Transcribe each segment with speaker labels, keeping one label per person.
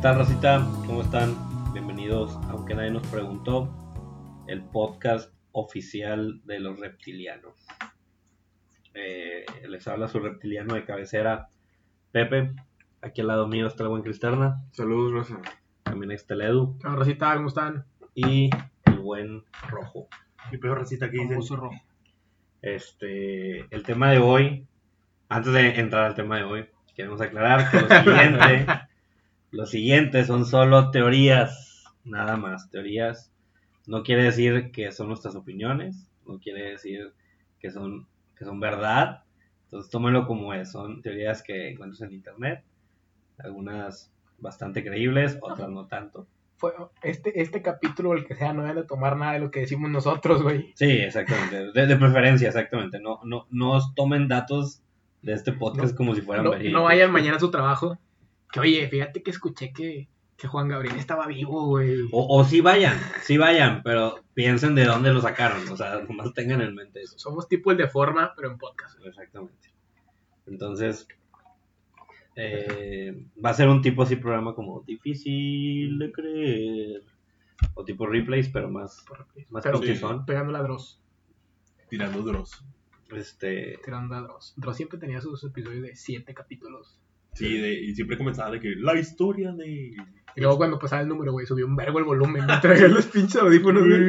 Speaker 1: tal, Racita? ¿Cómo están? Bienvenidos, aunque nadie nos preguntó, el podcast oficial de los reptilianos. Eh, les habla su reptiliano de cabecera, Pepe. Aquí al lado mío está el buen Cristerna,
Speaker 2: Saludos, Rosa.
Speaker 1: también está el Edu
Speaker 3: Chao, Rosita, ¿cómo están?
Speaker 1: y el buen Rojo.
Speaker 2: Mi peor recita que dicen.
Speaker 1: Este, el tema de hoy, antes de entrar al tema de hoy, queremos aclarar que lo siguiente, lo siguiente son solo teorías, nada más, teorías. No quiere decir que son nuestras opiniones, no quiere decir que son, que son verdad. Entonces tómenlo como es, son teorías que encuentras en internet, algunas bastante creíbles, otras no tanto.
Speaker 3: Fue este, este capítulo, el que sea, no deben de tomar nada de lo que decimos nosotros, güey.
Speaker 1: Sí, exactamente, de, de preferencia, exactamente. No, no, no os tomen datos de este podcast como si fueran
Speaker 3: No,
Speaker 1: verídicos.
Speaker 3: no vayan mañana a su trabajo. Que oye, fíjate que escuché que, que Juan Gabriel estaba vivo, güey.
Speaker 1: O, o sí vayan, sí vayan, pero piensen de dónde lo sacaron. O sea, nomás tengan en mente eso.
Speaker 3: Somos tipo el de forma, pero en podcast.
Speaker 1: Exactamente. Entonces, eh, va a ser un tipo así programa como difícil de creer. O tipo replays, pero más,
Speaker 3: por repetir.
Speaker 1: más
Speaker 3: Pero
Speaker 1: pinchizón.
Speaker 3: pegando la Dross,
Speaker 2: Tirando Dross.
Speaker 1: Este,
Speaker 3: tirando a Dross. Dross siempre tenía sus episodios de siete capítulos.
Speaker 2: Sí, de- y siempre comenzaba de que la historia de.
Speaker 3: Y luego cuando pasaba el número, güey, subió un vergo el volumen. Me traía los pinches audífonos, güey.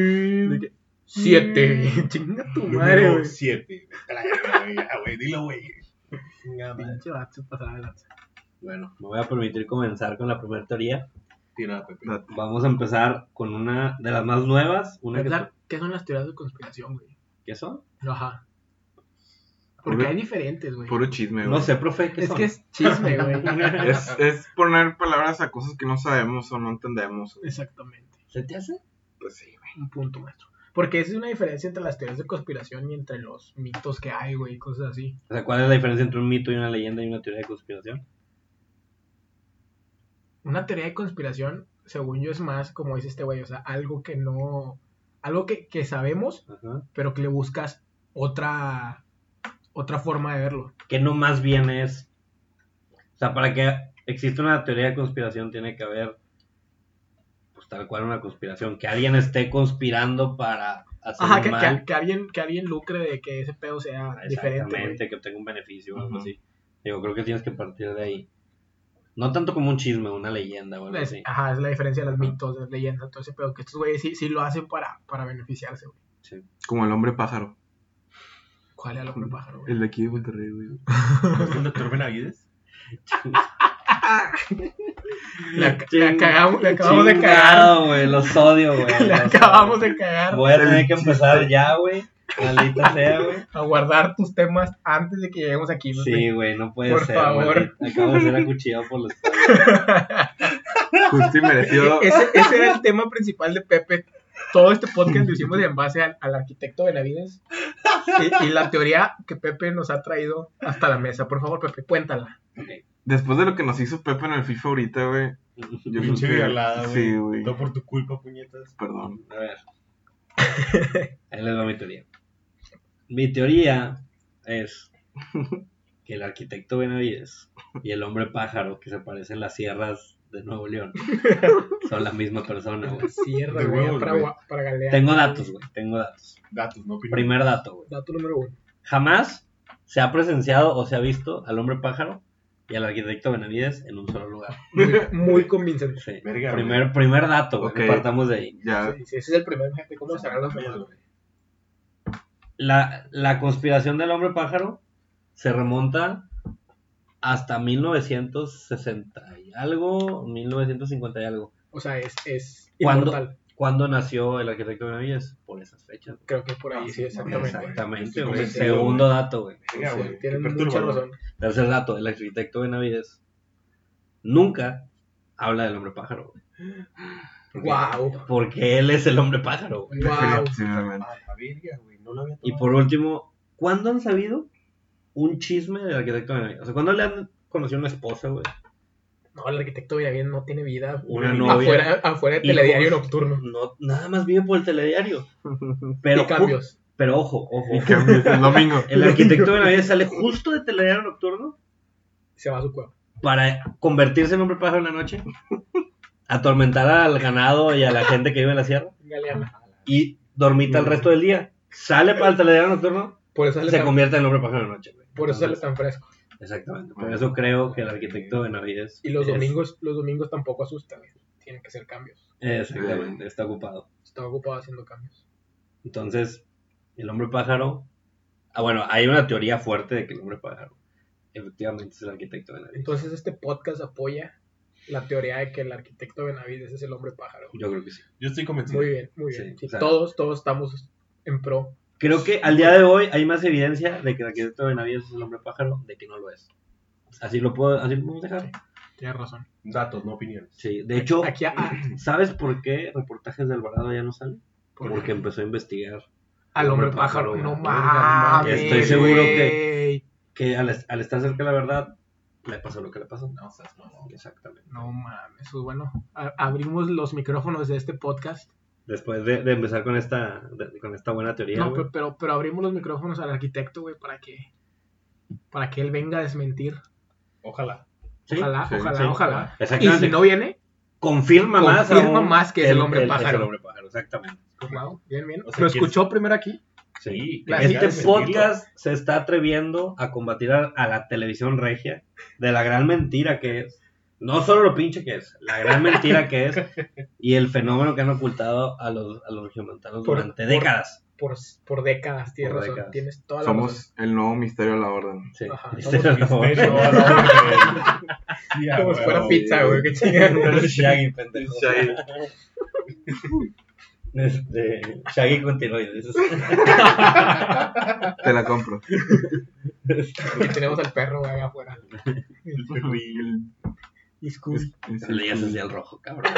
Speaker 3: De que, siete. Chinga tu madre,
Speaker 2: Número
Speaker 3: güey.
Speaker 2: 7. Ya, güey, dilo, güey. Chinga madre.
Speaker 3: Pinche vato pasaba de lanza.
Speaker 1: bueno, me voy a permitir comenzar con la primera teoría.
Speaker 2: Tira, Pepe.
Speaker 1: Vamos a empezar con una de las más nuevas. Una que,
Speaker 3: Pensar, ¿Qué son las teorías de conspiración, güey?
Speaker 1: ¿Qué son?
Speaker 3: Ajá.
Speaker 4: Puro-
Speaker 3: Porque hay diferentes, güey.
Speaker 4: Puro chisme, güey.
Speaker 1: No sé, profe, ¿qué
Speaker 3: Es
Speaker 1: son?
Speaker 3: que es chisme, güey.
Speaker 4: Es, es poner palabras a cosas que no sabemos o no entendemos.
Speaker 3: Exactamente.
Speaker 1: ¿Se te hace?
Speaker 4: Pues sí, güey.
Speaker 3: Un punto maestro. Porque esa es una diferencia entre las teorías de conspiración y entre los mitos que hay, güey, cosas así.
Speaker 1: O sea, ¿cuál es la diferencia entre un mito y una leyenda y una teoría de conspiración?
Speaker 3: Una teoría de conspiración, según yo, es más, como dice este güey, o sea, algo que no. Algo que, que sabemos,
Speaker 1: Ajá.
Speaker 3: pero que le buscas otra. Otra forma de verlo.
Speaker 1: que no más bien es. O sea, para que exista una teoría de conspiración tiene que haber, pues tal cual una conspiración, que alguien esté conspirando para hacer
Speaker 3: Ajá,
Speaker 1: un
Speaker 3: que, que,
Speaker 1: mal.
Speaker 3: que alguien, que alguien lucre de que ese pedo sea diferente. güey.
Speaker 1: Exactamente, que obtenga un beneficio o algo
Speaker 4: Ujú.
Speaker 1: así. Digo, creo que tienes que partir de ahí. No tanto como un chisme, una leyenda o algo
Speaker 3: Es-
Speaker 1: así.
Speaker 3: Ajá, es la diferencia de los mitos, las leyendas, todo ese pedo. Que estos güeyes sí, sí lo hacen para, para beneficiarse, güey.
Speaker 1: Sí.
Speaker 4: Como el hombre pájaro.
Speaker 3: ¿Cuál era el hombre pájaro, güey?
Speaker 4: El de aquí de Monterrey, güey.
Speaker 2: ¿No es el doctor Benavides?
Speaker 3: La, ca- la
Speaker 1: Ching-
Speaker 3: cagamos, la acabamos de cagar.
Speaker 1: Chingado, güey, los odio, güey.
Speaker 3: La
Speaker 1: los
Speaker 3: acabamos
Speaker 1: odio.
Speaker 3: de cagar.
Speaker 1: Voy a tener que empezar ya, güey. Maldita sea, güey.
Speaker 3: A guardar tus temas antes de que lleguemos aquí. ¿no?
Speaker 1: Sí, güey, no puede
Speaker 3: Por
Speaker 1: ser.
Speaker 3: favor.
Speaker 1: maldito. Acabo de ser acuchillado por los padres.
Speaker 4: Justo y merecido.
Speaker 3: e-, Ese, ese era el tema principal de Pepe. Todo este podcast lo hicimos en base al, al arquitecto Benavides y, y la teoría que Pepe nos ha traído hasta la mesa. Por favor, Pepe, cuéntala.
Speaker 4: Después de lo que nos hizo Pepe en el FIFA ahorita, güey. Yo
Speaker 2: Pinche
Speaker 4: creo que-
Speaker 2: violada, güey.
Speaker 4: Sí, güey.
Speaker 2: Todo por tu culpa, puñetas.
Speaker 4: Perdón.
Speaker 1: A ver. Ahí les va mi teoría. Mi teoría es que el arquitecto Benavides y el hombre pájaro que se parecen en las sierras de Nuevo León son la misma persona, güey.
Speaker 3: Cierra,
Speaker 2: De
Speaker 3: güey,
Speaker 2: huevos,
Speaker 3: para,
Speaker 2: güey.
Speaker 3: gua- para galear.
Speaker 1: Tengo datos, güey. Tengo datos.
Speaker 2: Datos, no opinión.
Speaker 1: Primer dato, güey.
Speaker 3: Dato número uno.
Speaker 1: Jamás se ha presenciado o se ha visto al hombre pájaro y al arquitecto Benavides en un solo lugar.
Speaker 3: Muy, muy convincente.
Speaker 1: Sí.
Speaker 2: Verga,
Speaker 1: primer, primer dato, güey.
Speaker 4: Ok.
Speaker 1: Partamos de ahí.
Speaker 4: Ya.
Speaker 3: Sí, sí, ese es el primer ejemplo. ¿Cómo serán los demás, güey?
Speaker 1: la, la conspiración del hombre pájaro se remonta hasta 1960 y algo, 1950 y algo.
Speaker 3: O sea, es, es
Speaker 1: ¿Cuándo?
Speaker 3: inmortal.
Speaker 1: ¿Cuándo nació el arquitecto Benavides? Por esas fechas.
Speaker 3: Creo que por ahí
Speaker 2: Ah,
Speaker 3: sí,
Speaker 2: sí,
Speaker 3: exactamente.
Speaker 1: Exactamente,
Speaker 2: Sí,
Speaker 1: güey.
Speaker 2: sí, sí,
Speaker 1: Segundo dato, güey.
Speaker 2: Verga,
Speaker 4: Sí,
Speaker 2: güey. qué
Speaker 3: Tienen mucha
Speaker 2: perturbador.
Speaker 3: razón.
Speaker 1: Tercer dato, el arquitecto Benavides nunca habla del hombre pájaro, güey. Porque-
Speaker 3: Wow.
Speaker 1: Porque él es el hombre pájaro, güey.
Speaker 3: Wow.
Speaker 4: Definitivamente.
Speaker 2: A Ah, la verga, güey. No lo había
Speaker 1: Y
Speaker 2: tomado.
Speaker 1: por último, ¿cuándo han sabido un chisme del arquitecto Benavides? O sea, ¿cuándo le han conocido una esposa, güey?
Speaker 3: No, el arquitecto Benavides no tiene vida.
Speaker 1: Una
Speaker 2: Una
Speaker 1: novia.
Speaker 3: Afuera, afuera de
Speaker 1: Hijos.
Speaker 3: telediario nocturno.
Speaker 1: no, nada más vive por el telediario.
Speaker 3: Pero
Speaker 1: Pero,
Speaker 3: cambios.
Speaker 1: pero ojo, ojo.
Speaker 4: Y cambios el domingo.
Speaker 1: El arquitecto Benavides sale justo de telediario nocturno
Speaker 3: Se va a su cueva.
Speaker 1: para convertirse en hombre pájaro en la noche atormentar al ganado y a la gente que vive en la sierra
Speaker 3: Galeana.
Speaker 1: y dormita el resto del día. Sale para el telediario nocturno,
Speaker 3: Por eso Mm. sale,
Speaker 1: se
Speaker 3: tan,
Speaker 1: convierte en hombre pájaro de noche. güey.
Speaker 3: por eso sale
Speaker 1: Entonces,
Speaker 3: tan fresco.
Speaker 1: Exactamente. Por eso creo que el arquitecto de Navidez.
Speaker 3: Y los
Speaker 1: es-
Speaker 3: domingos, los domingos tampoco asustan. güey. Tienen que ser cambios.
Speaker 1: Exactamente, está ocupado.
Speaker 3: Está ocupado haciendo cambios.
Speaker 1: Entonces, el hombre pájaro. Ah, bueno, hay una teoría fuerte de que el hombre pájaro efectivamente es el arquitecto de Navidez.
Speaker 3: Entonces este podcast apoya la teoría de que el arquitecto Benavides es el hombre pájaro.
Speaker 1: Yo creo que sí.
Speaker 2: Yo estoy convencido.
Speaker 3: Muy bien, muy bien.
Speaker 1: Sí,
Speaker 3: Sí,
Speaker 1: o sea-
Speaker 3: todos, todos estamos en pro.
Speaker 1: Creo que al día de hoy hay más evidencia de que el arquitecto de Navidez es el hombre pájaro de que no lo es. Así lo puedo, así lo podemos dejar.
Speaker 3: Tienes razón.
Speaker 2: Datos, no opiniones.
Speaker 1: Sí, de hecho,
Speaker 3: Aquí a, a-
Speaker 1: ¿sabes por qué reportajes de Alvarado ya no salen? Porque empezó a investigar
Speaker 3: al hombre pájaro.
Speaker 1: Hombre pájaro,
Speaker 3: No
Speaker 1: güey.
Speaker 3: mames.
Speaker 1: Estoy seguro
Speaker 3: que.
Speaker 1: que al, es- al estar cerca de la verdad, le pasó lo que le pasó.
Speaker 2: No, seas mamón.
Speaker 1: Exactamente.
Speaker 3: No mames. Pues bueno, a- abrimos los micrófonos de este podcast.
Speaker 1: Después de, de empezar con esta, de- con esta buena teoría,
Speaker 3: No,
Speaker 1: güey,
Speaker 3: pero, pero, pero abrimos los micrófonos al arquitecto, güey, para que. Para que él venga a desmentir.
Speaker 2: Ojalá.
Speaker 1: Sí,
Speaker 3: Ojalá,
Speaker 4: sí,
Speaker 3: ojalá,
Speaker 1: sí.
Speaker 3: ojalá. Y
Speaker 1: Exactamente.
Speaker 3: si no viene,
Speaker 1: confirma, más.
Speaker 3: Confirma
Speaker 1: aún
Speaker 3: más que es el hombre
Speaker 1: es
Speaker 3: pájaro.
Speaker 1: el hombre pájaro, exactamente.
Speaker 3: pues, wow, bien, bien.
Speaker 2: O sea,
Speaker 3: Lo
Speaker 2: que-
Speaker 3: escuchó primero aquí.
Speaker 2: Sí,
Speaker 3: Gracias.
Speaker 1: Este
Speaker 2: gracias.
Speaker 1: podcast se está atreviendo a combatir a, a la televisión regia de la gran mentira que es. No solo lo pinche que es, la gran mentira que es y el fenómeno que han ocultado a los, a los regiomontanos
Speaker 3: Por-
Speaker 1: durante
Speaker 3: por-
Speaker 1: décadas.
Speaker 3: Por, por décadas, tienes
Speaker 1: Por
Speaker 3: razón.
Speaker 1: décadas.
Speaker 3: Tienes toda la razón.
Speaker 4: Somos el nuevo misterio de la orden.
Speaker 1: Sí.
Speaker 3: Ajá,
Speaker 1: Este
Speaker 3: somos
Speaker 1: es lo-
Speaker 2: Misterio, no, no, güey. Sí, ah,
Speaker 3: Como si
Speaker 2: güey,
Speaker 3: fuera
Speaker 2: no,
Speaker 3: pizza, güey. Qué chingada.
Speaker 1: Shaggy, pendejo. Este, Shaggy con tiroides.
Speaker 4: Te la compro.
Speaker 3: Que tenemos al perro, güey, allá afuera.
Speaker 2: el perril.
Speaker 3: Disculpe.
Speaker 1: Le haces así al rojo, cabrón.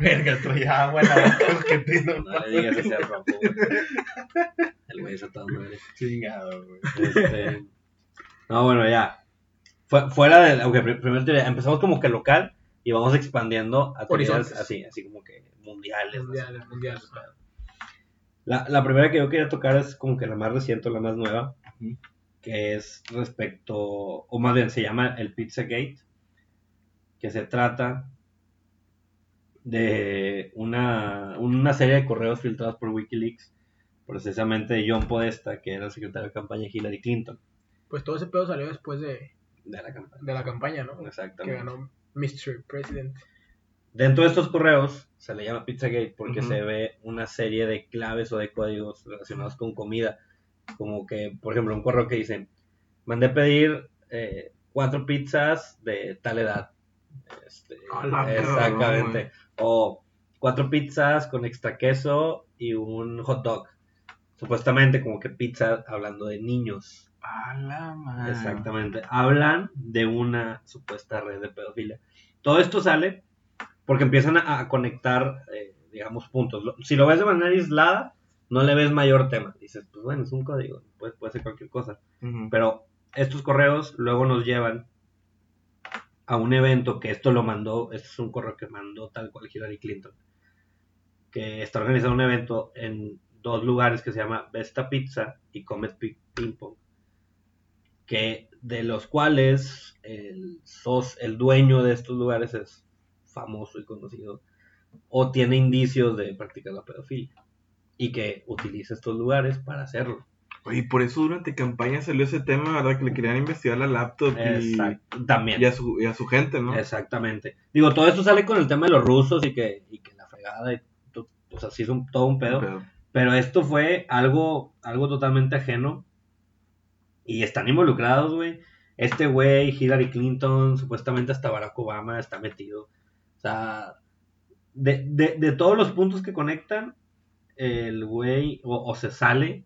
Speaker 2: Verga, traía agua en la boca. que te no,
Speaker 1: No le digas así al rojo, güey. El güey está todo madre.
Speaker 2: Chingado, güey.
Speaker 1: Este, No, bueno, ya. Fu- fuera del. aunque primero teoría, empezamos como que local y vamos expandiendo a teorías
Speaker 3: Horizontes.
Speaker 1: así, así como que mundiales. ¿no?
Speaker 3: Mundial, mundial. ajá.
Speaker 1: La, la primera que yo quería tocar es como que la más reciente, la más nueva,
Speaker 2: Ujú.
Speaker 1: que es respecto, o más bien se llama el Pizzagate, que se trata de una, una serie de correos filtrados por Wikileaks, precisamente de John Podesta, que era el secretario de campaña de Hillary Clinton,
Speaker 3: Pues todo ese pedo salió después de,
Speaker 1: de la campaña.
Speaker 3: de la campaña, ¿no? Que
Speaker 1: Exactamente.
Speaker 3: ganó Mr. President.
Speaker 1: Dentro de estos correos se le llama Pizzagate porque
Speaker 4: Ujú.
Speaker 1: se ve una serie de claves o de códigos relacionados con comida. Como que, por ejemplo, un correo que dice, mandé pedir eh, cuatro pizzas de tal edad. Este,
Speaker 4: A la
Speaker 1: exactamente.
Speaker 4: cabrón,
Speaker 1: o cuatro pizzas con extra queso y un hot dog. Supuestamente como que pizza hablando de niños.
Speaker 4: A la madre.
Speaker 1: Exactamente. Hablan de una supuesta red de pedofilia. Todo esto sale porque empiezan a, a conectar, eh, digamos, puntos. Lo- Si lo ves de manera aislada, no le ves mayor tema. Dices, pues bueno, es un código, puede, puede ser cualquier cosa.
Speaker 4: Ujú.
Speaker 1: Pero estos correos luego nos llevan a un evento que esto lo mandó, este es un correo que mandó tal cual Hillary Clinton, que está organizando un evento en dos lugares que se llama Vesta Pizza y Comet Pi- Ping Pong, que de los cuales el, sos, el dueño de estos lugares es famoso y conocido o tiene indicios de practicar la pedofilia y que utiliza estos lugares para hacerlo.
Speaker 4: Oye, por eso durante campaña salió ese tema, ¿verdad? Que le querían investigar la laptop y,
Speaker 1: Exact- También.
Speaker 4: y a su, y a su gente, ¿no?
Speaker 1: Exactamente. Digo, todo esto sale con el tema de los rusos y que, y que la fregada, y to- o sea, sí es un, todo un pedo.
Speaker 4: Pero-
Speaker 1: Pero esto fue algo, algo totalmente ajeno. Y están involucrados, güey. Este güey, Hillary Clinton, supuestamente hasta Barack Obama está metido. O sea, de, de- de todos los puntos que conectan, el güey, o, o se sale,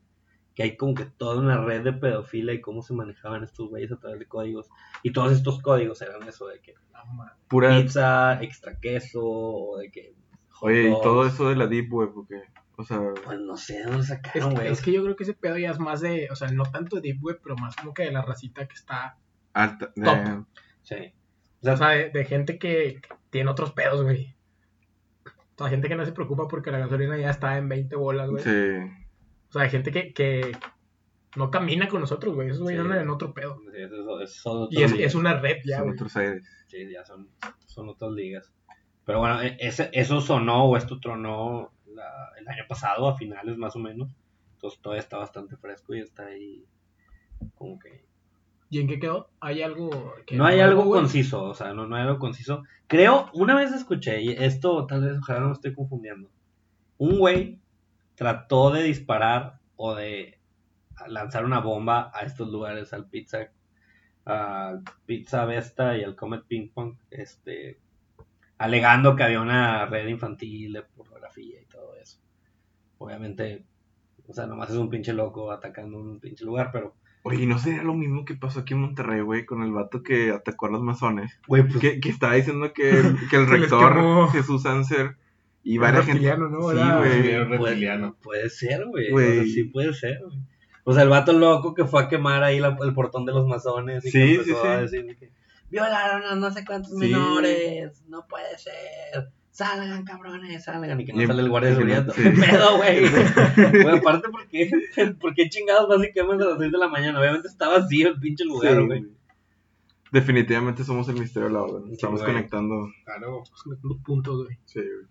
Speaker 1: que hay como que toda una red de pedofilia y cómo se manejaban estos güeyes a través de códigos. Y todos estos códigos eran eso de que
Speaker 4: Pura,
Speaker 1: pizza, extra queso, o de que. hot
Speaker 4: Oye, y
Speaker 1: dogs.
Speaker 4: todo eso de la Deep Web, porque, o sea,
Speaker 1: Pues no sé de dónde
Speaker 3: Es,
Speaker 1: sacaron, güey.
Speaker 3: es que yo creo que ese pedo ya es más de, o sea, no tanto de Deep Web, pero más como que de la racita que está,
Speaker 4: alta, de-
Speaker 3: Top.
Speaker 1: Sí.
Speaker 3: o sea, de, de gente que tiene otros pedos, güey. O sea, gente que no se preocupa porque la gasolina ya está en 20 bolas, güey.
Speaker 4: sí,
Speaker 3: O sea, gente que, que no camina con nosotros, güey. Esos güeyes
Speaker 1: Sí.
Speaker 3: andan en otro pedo.
Speaker 1: Sí, eso- eso- eso son
Speaker 3: Y es,
Speaker 1: otros ligas.
Speaker 3: es una red ya,
Speaker 4: son
Speaker 3: güey.
Speaker 4: otros aires.
Speaker 1: Sí, ya son, son otras ligas. Pero bueno, e- ese- eso sonó o esto tronó la- el año pasado, a finales más o menos. Entonces todavía está bastante fresco y está ahí como que
Speaker 3: ¿Y en qué quedó? ¿Hay algo que
Speaker 1: no hay algo
Speaker 3: güey?
Speaker 1: conciso, o sea, no, no hay algo conciso. Creo, una vez escuché, y esto tal vez, ojalá no me estoy confundiendo. Un güey trató de disparar o de lanzar una bomba a estos lugares, al Pizza, al Pizza Vesta y al Comet Ping Pong, este, alegando que había una red infantil de pornografía y todo eso. Obviamente, o sea, nomás es un pinche loco atacando un pinche lugar, pero,
Speaker 4: Oye, ¿y ¿no sería lo mismo que pasó aquí en Monterrey, güey, con el vato que atacó a los masones?
Speaker 1: güey, pues,
Speaker 4: Que, que estaba diciendo que, que el
Speaker 3: Que les
Speaker 4: rector
Speaker 3: quemó.
Speaker 4: Jesús Anser y
Speaker 3: Era
Speaker 4: varias gente.
Speaker 3: reptiliano, ¿no?
Speaker 4: Sí,
Speaker 3: Era-
Speaker 4: güey.
Speaker 2: Era
Speaker 1: Puede-
Speaker 2: reptiliano.
Speaker 1: Puede ser, güey. O
Speaker 4: Güey.
Speaker 1: sea, sí puede ser, güey. O sea, el vato loco que fue a quemar ahí la- el portón de los masones y
Speaker 4: Sí,
Speaker 1: que
Speaker 4: sí,
Speaker 1: empezó
Speaker 4: sí.
Speaker 1: a decir de que violaron a no sé cuántos
Speaker 4: Sí.
Speaker 1: menores, no puede ser. Salgan, cabrones, salgan. Y que no
Speaker 4: Y-
Speaker 1: sale el guardia de
Speaker 4: y que no-
Speaker 1: seguridad. ¿Qué
Speaker 4: sí.
Speaker 1: pedo, güey? Güey, aparte, ¿por qué, ¿por qué chingados vas y quemas a las 6 de la mañana? Obviamente está vacío el pinche lugar,
Speaker 4: Sí,
Speaker 1: güey.
Speaker 4: Definitivamente somos el misterio de la orden.
Speaker 1: Sí,
Speaker 4: Estamos
Speaker 1: güey.
Speaker 4: conectando.
Speaker 2: Claro.
Speaker 3: pues, Puntos, güey.
Speaker 4: Sí, güey.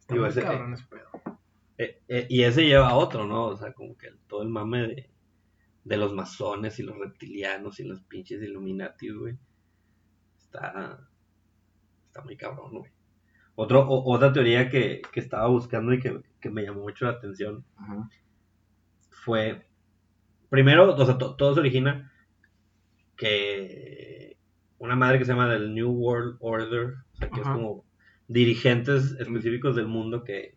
Speaker 3: Está
Speaker 1: Digo,
Speaker 3: muy
Speaker 1: ese-
Speaker 3: cabrón ese pedo.
Speaker 1: Eh, eh, y ese lleva a otro, ¿no? O sea, como que el- todo el mame de, de los masones y los reptilianos y los pinches Illuminati, güey. Está, está muy cabrón, güey. Otro, o- otra teoría que, que estaba buscando y que, que me llamó mucho la atención
Speaker 4: Ajá.
Speaker 1: fue. Primero, o sea, to- todo se origina que una madre que se llama del New World Order, o sea, que es
Speaker 4: Ajá.
Speaker 1: como dirigentes específicos del mundo que,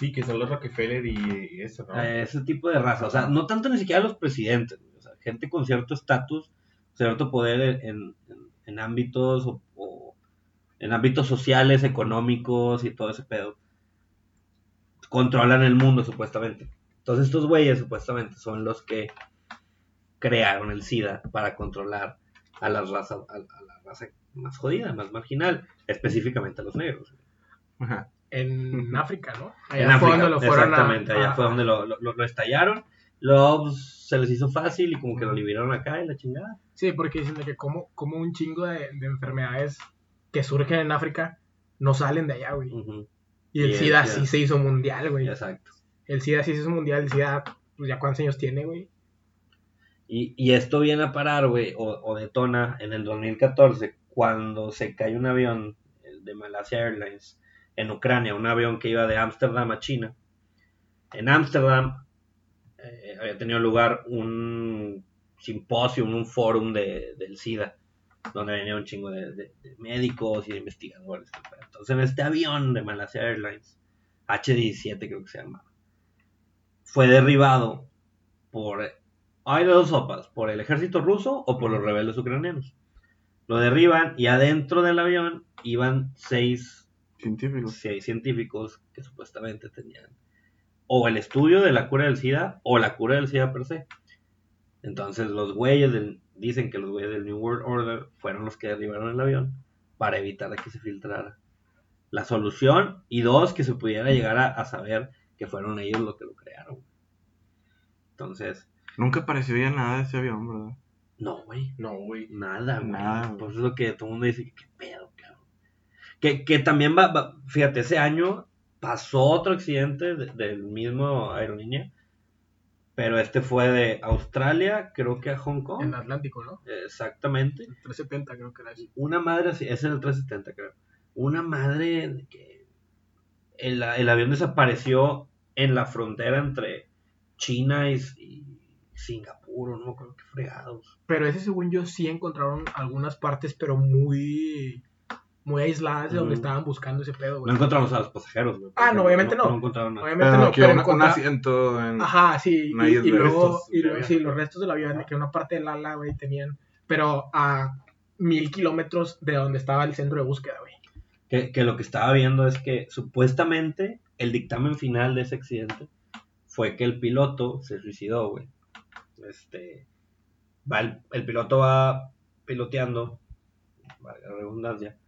Speaker 2: Sí, que son los Rockefeller y, y eso,
Speaker 3: Ah,
Speaker 2: ¿no?
Speaker 1: a Eh, ese tipo de raza. O sea, no tanto ni siquiera los presidentes, güey. o sea, gente con cierto estatus, cierto poder en, en- en ámbitos o, o en ámbitos sociales, económicos y todo ese pedo. Controlan el mundo, supuestamente. Entonces estos güeyes, supuestamente, son los que crearon el SIDA para controlar a la raza, a, a la raza más jodida, más marginal, específicamente a los negros.
Speaker 4: Ajá.
Speaker 3: En África, ¿no? Allá
Speaker 1: En
Speaker 3: fue
Speaker 1: África,
Speaker 3: donde lo fueron a- Ah.
Speaker 1: exactamente, allá
Speaker 3: a-
Speaker 1: fue donde lo, lo- lo- lo estallaron. Luego pues, se les hizo fácil y como que lo liberaron acá y la chingada.
Speaker 3: Sí, porque dicen de que como, como un chingo de, de enfermedades que surgen en África no salen de allá, güey.
Speaker 1: Ujú,
Speaker 3: Y el
Speaker 1: Y el
Speaker 3: SIDA
Speaker 1: SIDA.
Speaker 3: sí se hizo mundial, güey.
Speaker 1: Exacto.
Speaker 3: El SIDA sí se hizo mundial, el SIDA, pues ya cuántos años tiene, güey.
Speaker 1: Y, y esto viene a parar, güey, o, o detona en el 2014 cuando se cae un avión el de Malasia Airlines en Ucrania, un avión que iba de Ámsterdam a China. En Ámsterdam eh, había tenido lugar un simposio, un fórum de, del SIDA, donde venía un chingo de, de- de médicos y de investigadores. Entonces en este avión de Malasia Airlines, H17 creo que se llamaba, fue derribado por hay de dos sopas, por el ejército ruso o por los rebeldes ucranianos. Lo derriban y adentro del avión iban seis,
Speaker 4: Científicos.
Speaker 1: seis científicos que supuestamente tenían o el estudio de la cura del SIDA o la cura del SIDA per se. Entonces los güeyes del- dicen que los güeyes del New World Order fueron los que derribaron el avión para evitar que se filtrara la solución y dos, que se pudiera llegar a, a saber que fueron ellos los que lo crearon. Entonces,
Speaker 4: Nunca apareció ya nada de ese avión, ¿verdad?
Speaker 1: no, güey.
Speaker 2: No, güey.
Speaker 1: Nada, güey.
Speaker 4: Nada, güey.
Speaker 1: Pues es lo que todo el mundo dice, qué pedo, cabrón. Que, que también va, va- fíjate, ese año pasó otro accidente de- del mismo aerolínea, pero este fue de Australia, creo que a Hong
Speaker 3: En
Speaker 1: Kong.
Speaker 3: Atlántico, ¿no?
Speaker 1: Exactamente.
Speaker 3: El 370 creo que era así.
Speaker 1: Una madre así, es el 370, creo. Una madre de que el, el avión desapareció en la frontera entre China y, y Singapur, o no creo que fregados.
Speaker 3: Pero ese, según yo, sí encontraron algunas partes, pero muy, muy aisladas de donde
Speaker 1: Ujú.
Speaker 3: estaban buscando ese pedo,
Speaker 1: No
Speaker 3: güey.
Speaker 1: encontramos a los pasajeros, güey.
Speaker 3: Ah, no, obviamente no.
Speaker 1: No encontraron nada.
Speaker 3: Obviamente
Speaker 4: Pero
Speaker 3: no,
Speaker 4: que
Speaker 3: pero
Speaker 4: ah, una- un
Speaker 3: encontra-
Speaker 4: asiento en-
Speaker 3: Ajá, sí.
Speaker 4: No
Speaker 3: y,
Speaker 4: hay
Speaker 3: y luego,
Speaker 4: restos
Speaker 3: y
Speaker 2: del
Speaker 3: luego-
Speaker 2: avión.
Speaker 3: sí, los restos del avión, de que una parte del ala, güey, tenían, pero a mil kilómetros de donde estaba el centro de búsqueda, güey.
Speaker 1: Que, que lo que estaba viendo es que supuestamente el dictamen final de ese accidente fue que el piloto se suicidó, güey. Este, va el, el piloto va piloteando, valga la redundancia,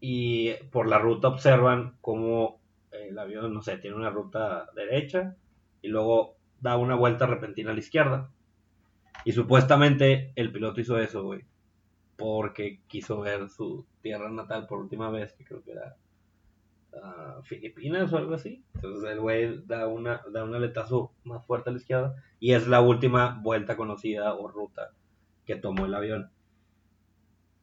Speaker 1: y por la ruta observan cómo el avión, no sé, tiene una ruta derecha y luego da una vuelta repentina a la izquierda. Y supuestamente el piloto hizo eso, güey. porque quiso ver su tierra natal por última vez, que creo que era ah, Filipinas o algo así. Entonces el güey da, una, da un aletazo más fuerte a la izquierda y es la última vuelta conocida o ruta que tomó el avión.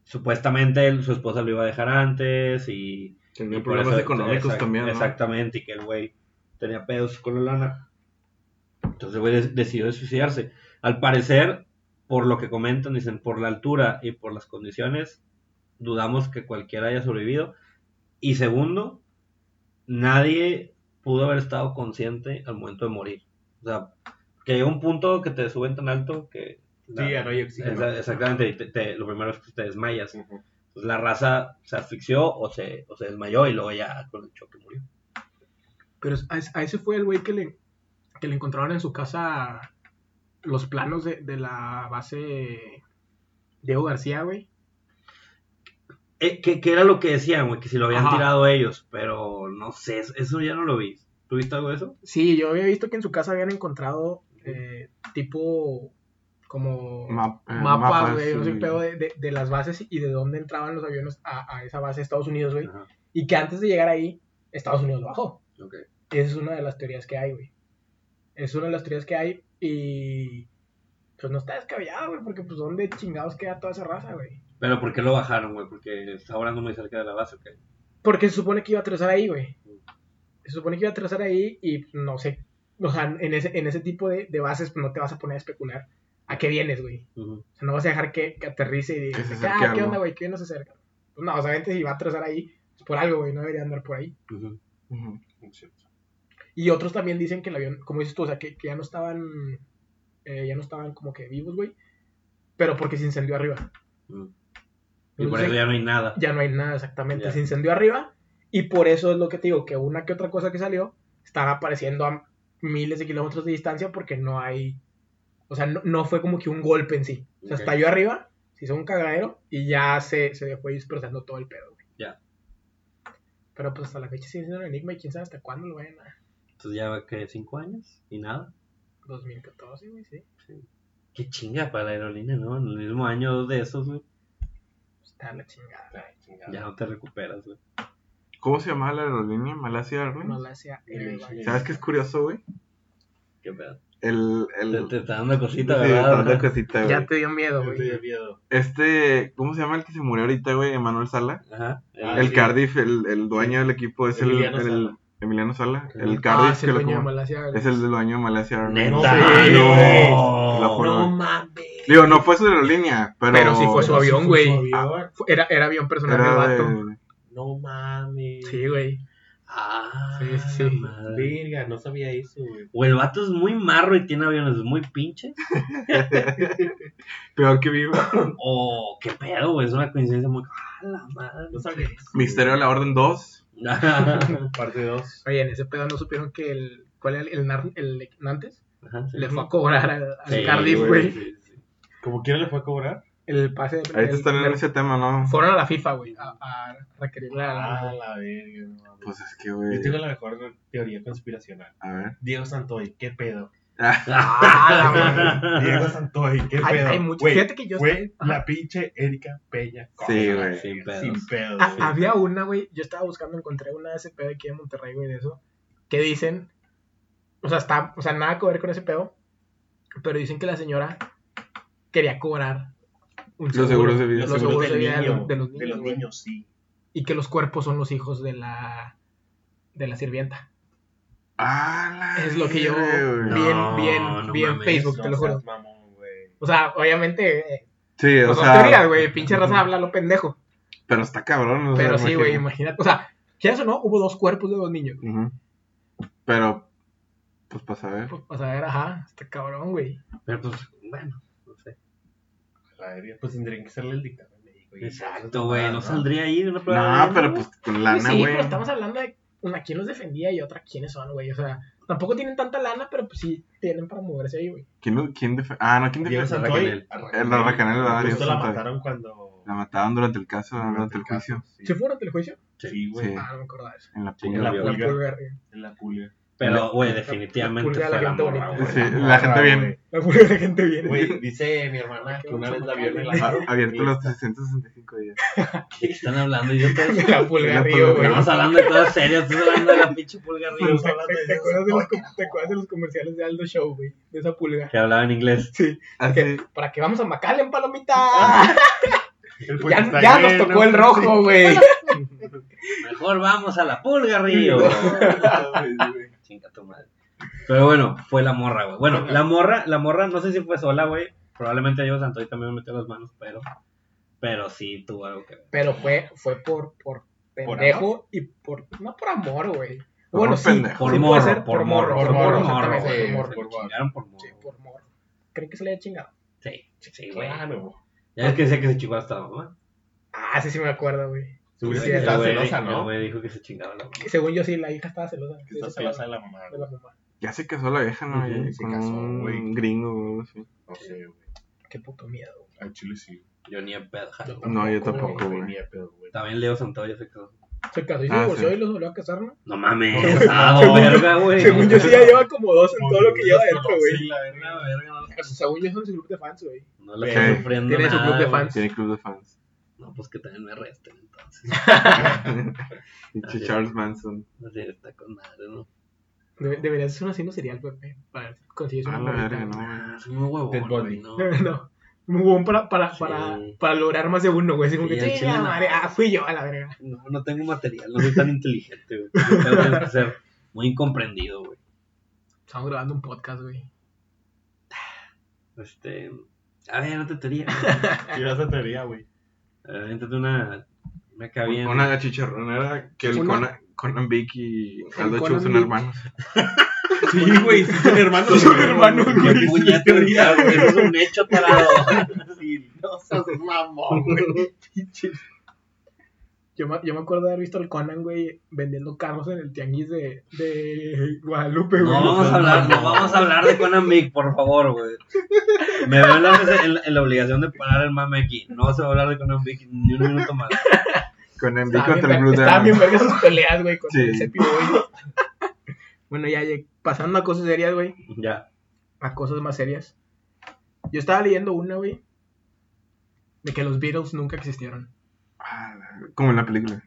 Speaker 1: Supuestamente él- su esposa lo iba a dejar antes y
Speaker 4: Tenía
Speaker 1: y por
Speaker 4: problemas
Speaker 1: eso-
Speaker 4: económicos
Speaker 1: exact-
Speaker 4: también. ¿no?
Speaker 1: Exactamente, y que el güey tenía pedos con la lana. Entonces el güey des- decidió suicidarse. Al parecer, por lo que comentan, dicen, por la altura y por las condiciones, dudamos que cualquiera haya sobrevivido. Y segundo, nadie pudo haber estado consciente al momento de morir. O sea, que llega un punto que te suben tan alto que...
Speaker 2: Sí, ya no hay oxígeno.
Speaker 1: Exa- Exactamente, y te- te- lo primero es que te desmayas
Speaker 4: Ujú.
Speaker 1: pues, la raza se asfixió o se, o se desmayó y luego ya con el choque murió.
Speaker 3: Pero a, a ese fue el güey que le, que le encontraron en su casa los planos de, de la base Diego García, güey.
Speaker 1: Eh, que, que era lo que decían, güey, que si lo habían
Speaker 3: Ajá.
Speaker 1: tirado ellos, pero no sé, es- eso ya no lo vi. ¿Tuviste algo de eso?
Speaker 3: Sí, yo había visto que en su casa habían encontrado eh, tipo como
Speaker 4: Ma- eh,
Speaker 3: mapas, güey, no sé
Speaker 4: sí.
Speaker 3: qué pedo de, de- de las bases y de dónde entraban los aviones a, a esa base de Estados Unidos, güey.
Speaker 1: Ajá.
Speaker 3: Y que antes de llegar ahí, Estados Unidos lo bajó.
Speaker 1: Ok.
Speaker 3: Esa es una de las teorías que hay, güey. Es una de las teorías que hay y... Pues no está descabellado, güey, porque pues dónde chingados queda toda esa raza, güey.
Speaker 1: Pero ¿por qué lo bajaron, güey? Porque está volando muy cerca de la base, ¿ok?
Speaker 3: Porque se supone que iba a aterrizar ahí, güey. Se supone que iba a aterrizar ahí y pues, no sé. O sea, en ese, en ese tipo de, de bases pues, no te vas a poner a especular a qué vienes, güey.
Speaker 1: Ujú.
Speaker 3: O sea, no vas a dejar que, que aterrice y
Speaker 4: Que se
Speaker 3: digas,
Speaker 4: acerque
Speaker 3: ah, ¿qué
Speaker 4: algo".
Speaker 3: onda, güey? ¿Qué nos acerca? Pues no, o sea, gente, si va a aterrizar ahí, es por algo, güey, no debería andar por ahí.
Speaker 1: Ujú.
Speaker 4: Ujú.
Speaker 3: Y otros también dicen que el avión, como dices tú, o sea, que, que ya no estaban, eh, ya no estaban como que vivos, güey. Pero porque se incendió arriba.
Speaker 4: Mm.
Speaker 1: Ujú. Y por eso
Speaker 3: Entonces,
Speaker 1: ya no hay nada.
Speaker 3: ya no hay nada exactamente.
Speaker 1: Ya.
Speaker 3: Se incendió arriba y por eso es lo que te digo, que una que otra cosa que salió estaba apareciendo a miles de kilómetros de distancia porque no hay, o sea, no, no fue como que un golpe en sí. O sea,
Speaker 1: Ok.
Speaker 3: estalló arriba, se hizo un cagadero y ya se, se fue dispersando todo el pedo, güey.
Speaker 1: Ya.
Speaker 3: Pero pues hasta la fecha sigue siendo un enigma y quién sabe hasta cuándo lo vayan a...
Speaker 1: Entonces ya va que cinco años y nada.
Speaker 3: 2014, güey, sí.
Speaker 1: Qué chinga para la aerolínea, ¿no? En el mismo año dos de esos, güey.
Speaker 3: pues, Está la chingada.
Speaker 1: Ya no te recuperas, güey.
Speaker 4: ¿Cómo se llamaba la aerolínea? Malasia Airlines.
Speaker 3: Malasia Airlines.
Speaker 2: Sí,
Speaker 4: ¿Sabes qué es curioso, güey?
Speaker 1: Qué pedo.
Speaker 4: El.
Speaker 1: Te,
Speaker 4: el...
Speaker 1: te está dando
Speaker 4: sí,
Speaker 1: cosita, ¿verdad?
Speaker 4: tanta cosita, güey.
Speaker 3: Ya te dio miedo,
Speaker 2: Yo
Speaker 3: güey.
Speaker 2: tenía miedo.
Speaker 4: Este, ¿cómo se llama el que se murió ahorita, güey? Emanuel Sala.
Speaker 1: Ajá.
Speaker 2: Ah,
Speaker 4: el
Speaker 2: sí.
Speaker 4: Cardiff, el, el dueño del equipo es el
Speaker 2: Emiliano
Speaker 4: el-
Speaker 2: Sala.
Speaker 4: Emiliano Sala.
Speaker 1: Sí.
Speaker 4: El
Speaker 3: Ah,
Speaker 4: Cardiff
Speaker 3: es
Speaker 4: que
Speaker 3: el
Speaker 4: lo
Speaker 3: dueño de
Speaker 4: com-
Speaker 3: Malasia
Speaker 4: es
Speaker 3: Airlines.
Speaker 4: el dueño de Malasia Airlines.
Speaker 1: Neta.
Speaker 2: Sí.
Speaker 1: No.
Speaker 4: Lo juro.
Speaker 3: No mames.
Speaker 4: Digo, no fue su aerolínea, pero.
Speaker 3: Pero sí fue su
Speaker 2: Pero sí
Speaker 3: avión,
Speaker 2: fue
Speaker 3: güey.
Speaker 2: su
Speaker 4: Ah.
Speaker 2: avión.
Speaker 3: Fue- Era, era avión personal del
Speaker 4: Era
Speaker 3: vato.
Speaker 4: de.
Speaker 2: No mames.
Speaker 3: Sí, güey.
Speaker 1: Ah,
Speaker 3: Sí, sí.
Speaker 1: madre.
Speaker 2: Verga, no sabía eso, güey.
Speaker 1: O el vato es muy marro y tiene aviones muy pinches.
Speaker 4: Peor que vivo.
Speaker 1: O qué pedo, güey. Es una coincidencia muy. ¡Ah, la madre!
Speaker 2: No sabía eso.
Speaker 4: Misterio de la Orden 2.
Speaker 2: Parte 2.
Speaker 3: Oye, en ese pedo no supieron que el. ¿Cuál era el, el, Nar- el Nantes?
Speaker 1: Ajá, sí.
Speaker 3: Le fue a cobrar al, al
Speaker 1: Sí,
Speaker 3: Cardiff,
Speaker 4: güey.
Speaker 3: güey.
Speaker 1: Sí, sí.
Speaker 2: Como quiera le fue a cobrar.
Speaker 3: El pase de.
Speaker 4: Ahorita
Speaker 3: el-
Speaker 4: están en
Speaker 3: el-
Speaker 4: ese tema, ¿no?
Speaker 3: Fueron a la FIFA, güey, a, a requerirle a la.
Speaker 2: Ah, la verga. no mames.
Speaker 4: Pues es que,
Speaker 2: Yo
Speaker 4: güey.
Speaker 2: tengo la mejor teoría conspiracional.
Speaker 4: A ver.
Speaker 2: Diego Santoy, ¿qué pedo?
Speaker 3: Ah, la madre.
Speaker 2: Diego Santoy, ¿qué
Speaker 3: Hay,
Speaker 2: pedo?
Speaker 3: hay muchos.
Speaker 2: Güey,
Speaker 3: Fíjate que yo.
Speaker 2: Fue
Speaker 3: Ajá.
Speaker 2: la pinche Erika Peña.
Speaker 4: Sí,
Speaker 2: Cosa,
Speaker 4: güey.
Speaker 1: Sin pedos.
Speaker 2: Sin pedo.
Speaker 3: Ah,
Speaker 2: güey.
Speaker 3: Había una, güey. Yo estaba buscando, encontré una de ese pedo aquí en Monterrey, güey, de eso. Que dicen. O sea, está, o sea, nada que ver con ese pedo. Pero dicen que la señora quería cobrar un
Speaker 4: Los seguros de vida.
Speaker 3: Los,
Speaker 4: Los
Speaker 3: seguros, de vida de,
Speaker 2: niño,
Speaker 3: los- de los niños.
Speaker 2: De los
Speaker 3: güey,
Speaker 2: niños, sí.
Speaker 3: Y que los cuerpos son los hijos de la. De la sirvienta.
Speaker 4: Ah, la
Speaker 3: Es lo que yo
Speaker 4: verga,
Speaker 3: vi
Speaker 4: güey.
Speaker 1: No,
Speaker 3: en, vi en-
Speaker 1: no
Speaker 3: vi en
Speaker 1: mames,
Speaker 3: Facebook,
Speaker 2: No
Speaker 3: te lo
Speaker 2: seas
Speaker 3: juro.
Speaker 2: mamón, güey.
Speaker 3: O sea, obviamente. eh,
Speaker 4: Sí, o
Speaker 3: pues, son
Speaker 4: sea.
Speaker 3: teorías, güey. Pinche raza habla lo pendejo.
Speaker 4: Pero está cabrón, o sea,
Speaker 3: Pero sí, güey,
Speaker 4: imagínate.
Speaker 3: imagínate. O sea, quieras o no, hubo dos cuerpos de dos niños.
Speaker 4: Ujú. Pero, pues para saber.
Speaker 3: Pues, vas a ver, ajá, está cabrón, güey.
Speaker 1: Pero pues, bueno, no sé.
Speaker 2: La verga, Pues tendrían que serle el dictamen de México. Y Ah,
Speaker 1: Exacto, güey. No saldría ahí de una
Speaker 4: No,
Speaker 1: prueba. de
Speaker 4: pero
Speaker 1: ADN,
Speaker 4: pues con
Speaker 3: Pues
Speaker 4: lana,
Speaker 3: sí,
Speaker 4: güey.
Speaker 3: pero estamos hablando de una quién los defendía y otra quiénes son, güey. O sea, tampoco tienen tanta lana, pero pues sí tienen para moverse ahí, güey.
Speaker 4: ¿Quién, lo- quién defe- Ah, no, ¿quién
Speaker 2: Diego
Speaker 4: defendió?
Speaker 1: Santos.
Speaker 2: Santoy.
Speaker 1: Racanel.
Speaker 4: El Racanel, ¿verdad? Diego
Speaker 2: Justo la
Speaker 4: Santoy.
Speaker 2: mataron cuando.
Speaker 4: La mataron durante el caso, durante,
Speaker 2: durante
Speaker 4: el juicio.
Speaker 2: caso,
Speaker 3: ¿Se fue durante el juicio?
Speaker 2: Sí, güey.
Speaker 4: Sí.
Speaker 3: Ah, no me acordaba de eso.
Speaker 4: En la
Speaker 1: Sí,
Speaker 4: pulga.
Speaker 1: en
Speaker 2: La
Speaker 1: Vio.
Speaker 3: La
Speaker 2: pulga.
Speaker 3: pulga, güey.
Speaker 2: En la pulga.
Speaker 1: Pero, güey, definitivamente
Speaker 3: Pulga a la
Speaker 1: fue la
Speaker 3: gente
Speaker 1: morra,
Speaker 3: bonita.
Speaker 1: güey.
Speaker 4: Sí, la gente bien.
Speaker 3: La pura la gente viene.
Speaker 2: Güey, dice mi hermana que una vez la vio en el
Speaker 4: A-
Speaker 2: aro.
Speaker 4: Ah, Abierto los 365 días.
Speaker 1: ¿De qué están hablando, idiotas?
Speaker 3: La pulga
Speaker 4: La
Speaker 3: arriba, güey.
Speaker 1: Estamos hablando de cosas serias, estás hablando de la pinche pulga
Speaker 3: ¿Te,
Speaker 1: arriba, estás hablando
Speaker 3: te-
Speaker 1: de
Speaker 3: te
Speaker 1: eso.
Speaker 3: acuerdas de los, com- te acuerdas de los comerciales de Aldo Show, güey? De esa pulga.
Speaker 1: Que hablaba en inglés.
Speaker 3: Sí.
Speaker 4: Así,
Speaker 3: ¿Para qué vamos a Macalen, palomita?
Speaker 2: El
Speaker 4: Pues
Speaker 3: ya ya nos tocó el rojo, güey.
Speaker 1: Mejor vamos a la pulga río. Chinga tu madre. Pero bueno, fue la morra, güey. Bueno, la morra, la morra, no sé si fue sola, güey. Probablemente yo, Santoy, también me metió las manos, pero. Pero sí tuvo algo que ver.
Speaker 3: Pero fue, fue por, por pendejo y por. No por amor, güey.
Speaker 4: Por
Speaker 3: Bueno,
Speaker 4: un
Speaker 3: sí.
Speaker 4: pendejo.
Speaker 1: Por
Speaker 3: sí puede
Speaker 1: morro,
Speaker 3: ser
Speaker 1: por morro, por morro,
Speaker 3: por morro,
Speaker 1: güey,
Speaker 3: sí,
Speaker 1: por
Speaker 3: por
Speaker 1: morro. Se
Speaker 2: morro.
Speaker 1: chingaron por morro.
Speaker 3: Sí, por morro. ¿Creen que se le haya chingado?
Speaker 1: Sí, sí, güey.
Speaker 2: Claro.
Speaker 1: Ya es que decía que se chingó hasta la mamá.
Speaker 3: Ah, sí, sí me acuerdo, güey.
Speaker 2: Tú
Speaker 3: Sí,
Speaker 2: dices
Speaker 1: El
Speaker 2: que estaba
Speaker 1: güey-
Speaker 2: celosa,
Speaker 1: El
Speaker 2: ¿no?
Speaker 1: güey dijo que se chingaba la mamá.
Speaker 3: Que según yo, sí, la hija estaba celosa.
Speaker 2: Que estás
Speaker 3: Sí, estaba
Speaker 2: celosa de la mamá.
Speaker 3: de la mamá.
Speaker 4: ya se casó la vieja, ¿no?
Speaker 1: Ujú,
Speaker 4: Y
Speaker 2: se
Speaker 4: con
Speaker 2: casó,
Speaker 4: un
Speaker 2: güey.
Speaker 4: gringo o algo así.
Speaker 2: No sé, güey.
Speaker 3: Qué puto miedo, güey.
Speaker 2: Al chile sí.
Speaker 1: Yo ni en pedo, jalo.
Speaker 3: Yo
Speaker 4: No, yo
Speaker 3: Tampoco,
Speaker 4: tampoco,
Speaker 2: güey, ni
Speaker 4: Oh, güey.
Speaker 2: de pedo, güey.
Speaker 1: También Leo Santoyo se quedó.
Speaker 3: Se casó y se
Speaker 4: Ah,
Speaker 3: divorció
Speaker 4: sí.
Speaker 3: y los volvió a casar, ¿no?
Speaker 1: No mames, ah, no, verga, güey.
Speaker 3: Según yo, sí, ya lleva como dos en todo lo que lleva
Speaker 2: Como
Speaker 3: dentro, güey.
Speaker 2: Sí, la verga,
Speaker 1: Verga,
Speaker 2: güey.
Speaker 1: verga, no.
Speaker 3: O sea, según yo, son su grupo de fans, güey.
Speaker 1: No la
Speaker 2: Sí.
Speaker 1: estoy sufriendo.
Speaker 3: Tiene su
Speaker 1: nada,
Speaker 3: club de
Speaker 1: güey.
Speaker 3: fans.
Speaker 4: Tiene club de fans.
Speaker 1: No, pues que también me arresten entonces. Así
Speaker 4: Pinche
Speaker 1: es.
Speaker 4: Charles Manson.
Speaker 1: Así está con madre, ¿no?
Speaker 3: Debe- deberías ser un asesino serial, Pepe. Para ver si consigues
Speaker 4: A
Speaker 3: una
Speaker 4: la
Speaker 3: morrita.
Speaker 4: verga, no, güey.
Speaker 1: Ah, soy muy huevón,
Speaker 2: Ted
Speaker 1: güey,
Speaker 2: Bundy.
Speaker 1: no.
Speaker 3: No. Muy buen para, para, para,
Speaker 1: Sí.
Speaker 3: para lograr más de uno, güey. Así como
Speaker 1: Sí,
Speaker 3: que,
Speaker 1: al
Speaker 3: "Chinga
Speaker 1: chile no".
Speaker 3: madre, ah, fui yo a la verga.
Speaker 1: No, no tengo material, no soy tan inteligente, güey. Yo Tengo que ser muy incomprendido, güey.
Speaker 3: Estamos grabando un podcast, güey.
Speaker 1: Este. A ver, no te teoría.
Speaker 2: Tira esa teoría, güey.
Speaker 1: Invéntate una. Una acá bien.
Speaker 4: Una chicharronera que el
Speaker 3: Una-
Speaker 4: Conan, Conan Vic y
Speaker 3: El
Speaker 4: Aldo Chu
Speaker 3: Conan
Speaker 4: son
Speaker 3: Vic.
Speaker 4: hermanos.
Speaker 2: Sí, güey, sí son hermanos.
Speaker 4: Son
Speaker 2: güey.
Speaker 4: hermanos,
Speaker 1: Qué puñetas, güey. Es un hecho tarado.
Speaker 2: Sí, no seas mamón, güey.
Speaker 3: Yo me, yo me acuerdo de haber visto al Conan, güey, vendiendo carros en el tianguis de, de Guadalupe,
Speaker 1: No
Speaker 3: güey.
Speaker 1: vamos a hablar, no vamos a hablar de Conan Big, por favor, güey. Me veo en la, en la- en la obligación de parar el mame aquí. No se va a hablar de Conan Big ni un minuto más.
Speaker 4: Conan Vic
Speaker 3: Estaban bien
Speaker 4: contra el
Speaker 3: ver-
Speaker 4: Blue
Speaker 3: Estaban bien
Speaker 4: Demon.
Speaker 3: vergas sus peleas, güey, con
Speaker 4: Sí.
Speaker 3: el Cepi Boy. bueno, ya, ya, pasando a cosas serias, güey,
Speaker 1: Ya.
Speaker 3: a cosas más serias. Yo estaba leyendo una, güey, de que los Beatles nunca existieron.
Speaker 4: Ah, Como en la película.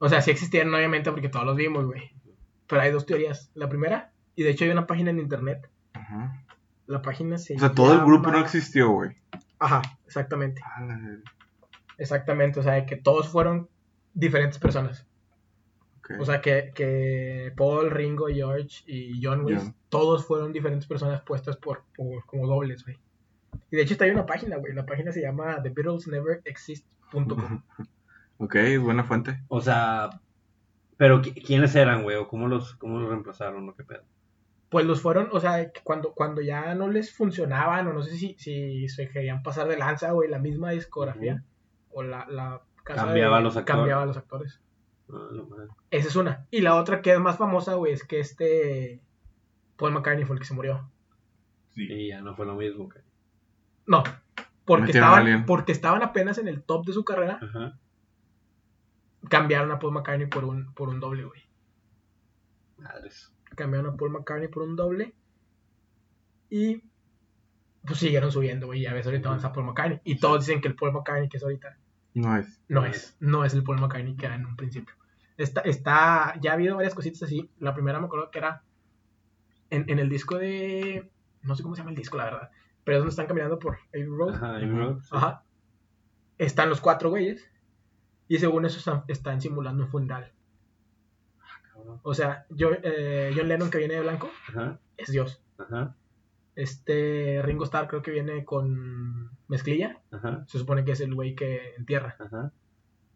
Speaker 3: O sea, sí existieron, obviamente, porque todos los vimos, güey. Pero hay dos teorías. La primera, y de hecho hay una página en internet.
Speaker 4: Ajá.
Speaker 3: La página se
Speaker 4: O sea, todo el grupo no
Speaker 3: llama-
Speaker 4: existió, güey.
Speaker 3: Ajá, exactamente.
Speaker 4: Ah, la verga.
Speaker 3: Exactamente, o sea, de que todos fueron diferentes personas.
Speaker 4: Ok.
Speaker 3: O sea, que, que Paul, Ringo, George y John Wick,
Speaker 4: Ya.
Speaker 3: todos fueron diferentes personas puestas por, por como dobles, güey. Y de hecho está ahí una página, güey. La página se llama TheBeatlesNeverExist.com.
Speaker 4: Ok, es buena fuente.
Speaker 1: O sea, pero qui- ¿quiénes eran, güey? ¿O cómo los, cómo los reemplazaron? ¿O qué pedo?
Speaker 3: Pues los fueron, o sea, que cuando, cuando ya no les funcionaban, o no sé si, si se querían pasar de lanza, güey, la misma discografía, o la, la casa de-
Speaker 1: Cambiaba a los actores.
Speaker 3: Cambiaba a los actores.
Speaker 1: Ah, la madre.
Speaker 3: Esa es una. Y la otra que es más famosa, güey, es que este Paul McCartney fue el que se murió.
Speaker 2: Sí.
Speaker 1: Y ya no fue lo mismo, güey.
Speaker 3: No, porque
Speaker 4: Metieron a
Speaker 3: estaban,
Speaker 4: alguien.
Speaker 3: porque estaban apenas en el top de su carrera,
Speaker 1: Ajá.
Speaker 3: cambiaron a Paul McCartney por un, por un doble, güey.
Speaker 1: Madres.
Speaker 3: Cambiaron a Paul McCartney por un doble y pues siguieron subiendo, güey. Ya ves, ahorita
Speaker 1: Ujú.
Speaker 3: avanza Paul McCartney. Y todos dicen que el Paul McCartney que es ahorita
Speaker 4: No es.
Speaker 3: no
Speaker 1: Ujú.
Speaker 3: es, no es el Paul McCartney que era en un principio. Está, está, ya ha habido varias cositas así. La primera me acuerdo que era en, en el disco de, no sé cómo se llama el disco, la verdad, pero es donde están caminando por Abbey Road. Ajá.
Speaker 1: Ajá, y luego, sí.
Speaker 3: Están los cuatro güeyes y según eso están, están simulando un funeral.
Speaker 1: Cabrón.
Speaker 3: O sea, yo, eh, John Lennon que viene de blanco
Speaker 1: Ajá,
Speaker 3: es Dios.
Speaker 1: ajá,
Speaker 3: Este Ringo Starr creo que viene con mezclilla.
Speaker 1: ajá,
Speaker 3: Se supone que es el güey que entierra.
Speaker 1: ajá.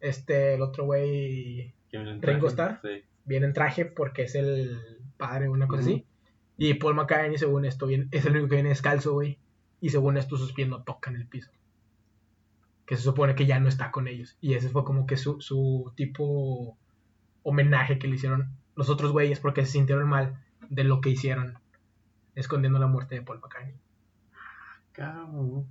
Speaker 3: Este, el otro güey
Speaker 1: ¿Qué me lo traje?
Speaker 3: Ringo Starr.
Speaker 1: Sí.
Speaker 3: viene en traje porque es el padre o una cosa
Speaker 4: Ujú.
Speaker 3: así. Y Paul McCartney, según esto, viene- es el único que viene descalzo, güey. Y según esto, sus pies no tocan el piso. Que se supone que ya no está con ellos. Y ese fue como que su, su tipo homenaje que le hicieron los otros güeyes porque se sintieron mal de lo que hicieron escondiendo la muerte de Paul McCartney.
Speaker 1: Cabrón.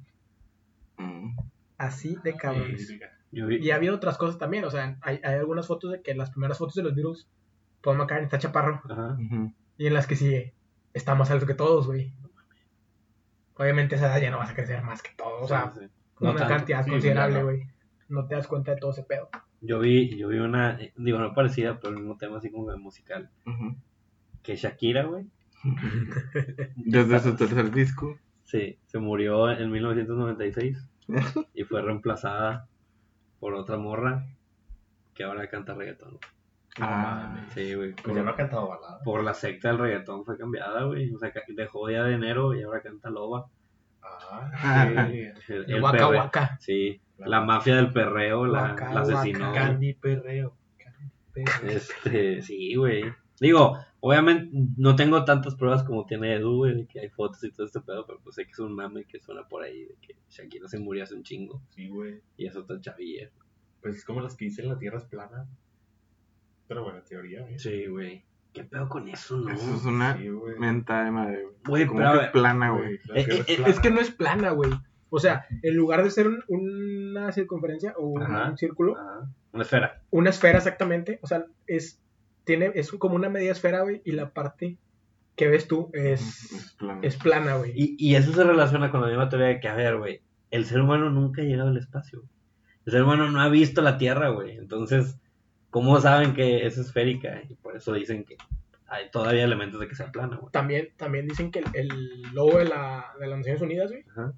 Speaker 4: Mm.
Speaker 3: Así de cabrones.
Speaker 1: Yo vi-
Speaker 3: Eh, Y ha habido otras cosas también. O sea, hay, hay algunas fotos de que las primeras fotos de los Beatles, Paul McCartney está chaparro.
Speaker 1: Ajá.
Speaker 4: Ujú.
Speaker 3: Y en las que sigue, está más alto que todos, güey. Obviamente a esa edad ya no vas a crecer más que todos, o sea,
Speaker 1: Sí, sí. No
Speaker 3: una
Speaker 1: tanto.
Speaker 3: cantidad
Speaker 2: Sí,
Speaker 3: considerable,
Speaker 2: claro.
Speaker 3: güey. No te das cuenta de todo ese pedo.
Speaker 1: Yo vi, yo vi una, eh, digo, no parecida, pero el mismo tema así como de musical.
Speaker 4: Ujú.
Speaker 1: Que Shakira, güey,
Speaker 4: Desde su tercer disco.
Speaker 1: sí, se murió en 1996 y fue reemplazada por otra morra que ahora canta reggaetón.
Speaker 4: Ah,
Speaker 1: Sí, güey.
Speaker 2: Pues ya no
Speaker 1: Por,
Speaker 2: ha cantado balada.
Speaker 1: por la secta del reggaetón fue cambiada, güey. O sea, ca- dejó Día de Enero y ahora canta Loba.
Speaker 2: Ah, sí.
Speaker 1: El, el
Speaker 3: Guaca,
Speaker 1: perre-
Speaker 3: guaca.
Speaker 1: Sí, la mafia del perreo la,
Speaker 3: Guaca,
Speaker 1: la asesinó.
Speaker 3: guaca.
Speaker 1: güey.
Speaker 2: Candy perreo. Candy perreo.
Speaker 1: Este, sí, güey. Digo, obviamente no tengo tantas pruebas como tiene Edu, güey, de que hay fotos y todo este pedo, pero pues sé que es un mame que suena por ahí, de que Shakira se murió hace un chingo
Speaker 2: Sí, güey.
Speaker 1: y es otra chavilla.
Speaker 2: Pues es como las que dicen la tierra es plana. Pero bueno, teoría, güey.
Speaker 1: Sí, güey. ¿Qué pedo con eso, no?
Speaker 4: Eso es una
Speaker 2: Sí, güey.
Speaker 4: menta de madre, güey.
Speaker 1: Güey,
Speaker 4: Como
Speaker 1: pero a
Speaker 4: que
Speaker 1: ver,
Speaker 4: plana, güey.
Speaker 2: Güey, la
Speaker 1: Eh,
Speaker 2: tierra
Speaker 1: eh, eh,
Speaker 2: plana.
Speaker 3: Es que no es plana, güey. O sea, en lugar de ser un- una circunferencia o un,
Speaker 1: Ajá.
Speaker 3: un círculo,
Speaker 1: Ajá. Una esfera.
Speaker 3: una esfera exactamente, o sea, es, tiene, es como una media esfera, güey, y la parte que ves tú es,
Speaker 4: Es plana.
Speaker 3: es plana, güey.
Speaker 1: Y, y eso se relaciona con la misma teoría de que, a ver, güey, el ser humano nunca ha llegado al espacio. El ser humano no ha visto la Tierra, güey. Entonces, ¿cómo saben que es esférica? Y por eso dicen que hay todavía elementos de que sea plana, güey.
Speaker 3: También, también dicen que el, el logo de, la, de las Naciones Unidas, güey,
Speaker 1: Ajá.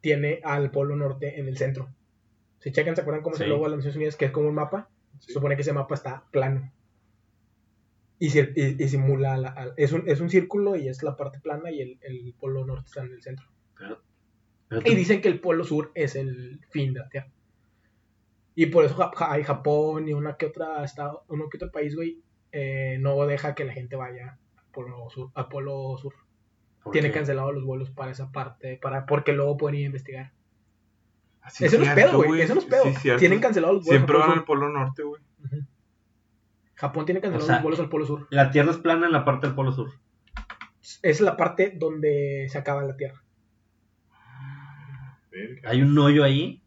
Speaker 3: tiene al Polo Norte en el centro. Si checan, ¿se acuerdan cómo es
Speaker 1: Sí.
Speaker 3: el logo de las Naciones Unidas? Que es como un mapa.
Speaker 2: Sí.
Speaker 3: Se supone que ese mapa está plano. Y, si- y- y simula, la- al- es, un, es un círculo y es la parte plana y el, el Polo Norte está en el centro.
Speaker 1: Pero tú-
Speaker 3: Y dicen que el Polo Sur es el fin de la Tierra. Y por eso Ja- Ja- hay Japón y una que otra estado, uno que otro país, güey, eh, no deja que la gente vaya al Polo Sur. al Polo Sur.
Speaker 1: ¿por
Speaker 3: Tiene
Speaker 1: qué?
Speaker 3: cancelados los vuelos para esa parte, para, porque luego pueden ir a investigar.
Speaker 4: Así
Speaker 3: eso no es
Speaker 4: Ah, cierto,
Speaker 3: pedo, güey. Eso no es
Speaker 4: Sí,
Speaker 3: pedo.
Speaker 4: cierto.
Speaker 3: Tienen cancelados los vuelos.
Speaker 4: Siempre
Speaker 3: al
Speaker 4: van
Speaker 3: Polo
Speaker 4: al Polo Norte, güey.
Speaker 3: Sur. Ujú. Japón tiene cancelados
Speaker 1: O sea,
Speaker 3: los vuelos al Polo Sur.
Speaker 1: La Tierra es plana en la parte del Polo Sur.
Speaker 3: Es la parte donde se acaba la Tierra.
Speaker 2: Verga.
Speaker 1: Hay un hoyo ahí.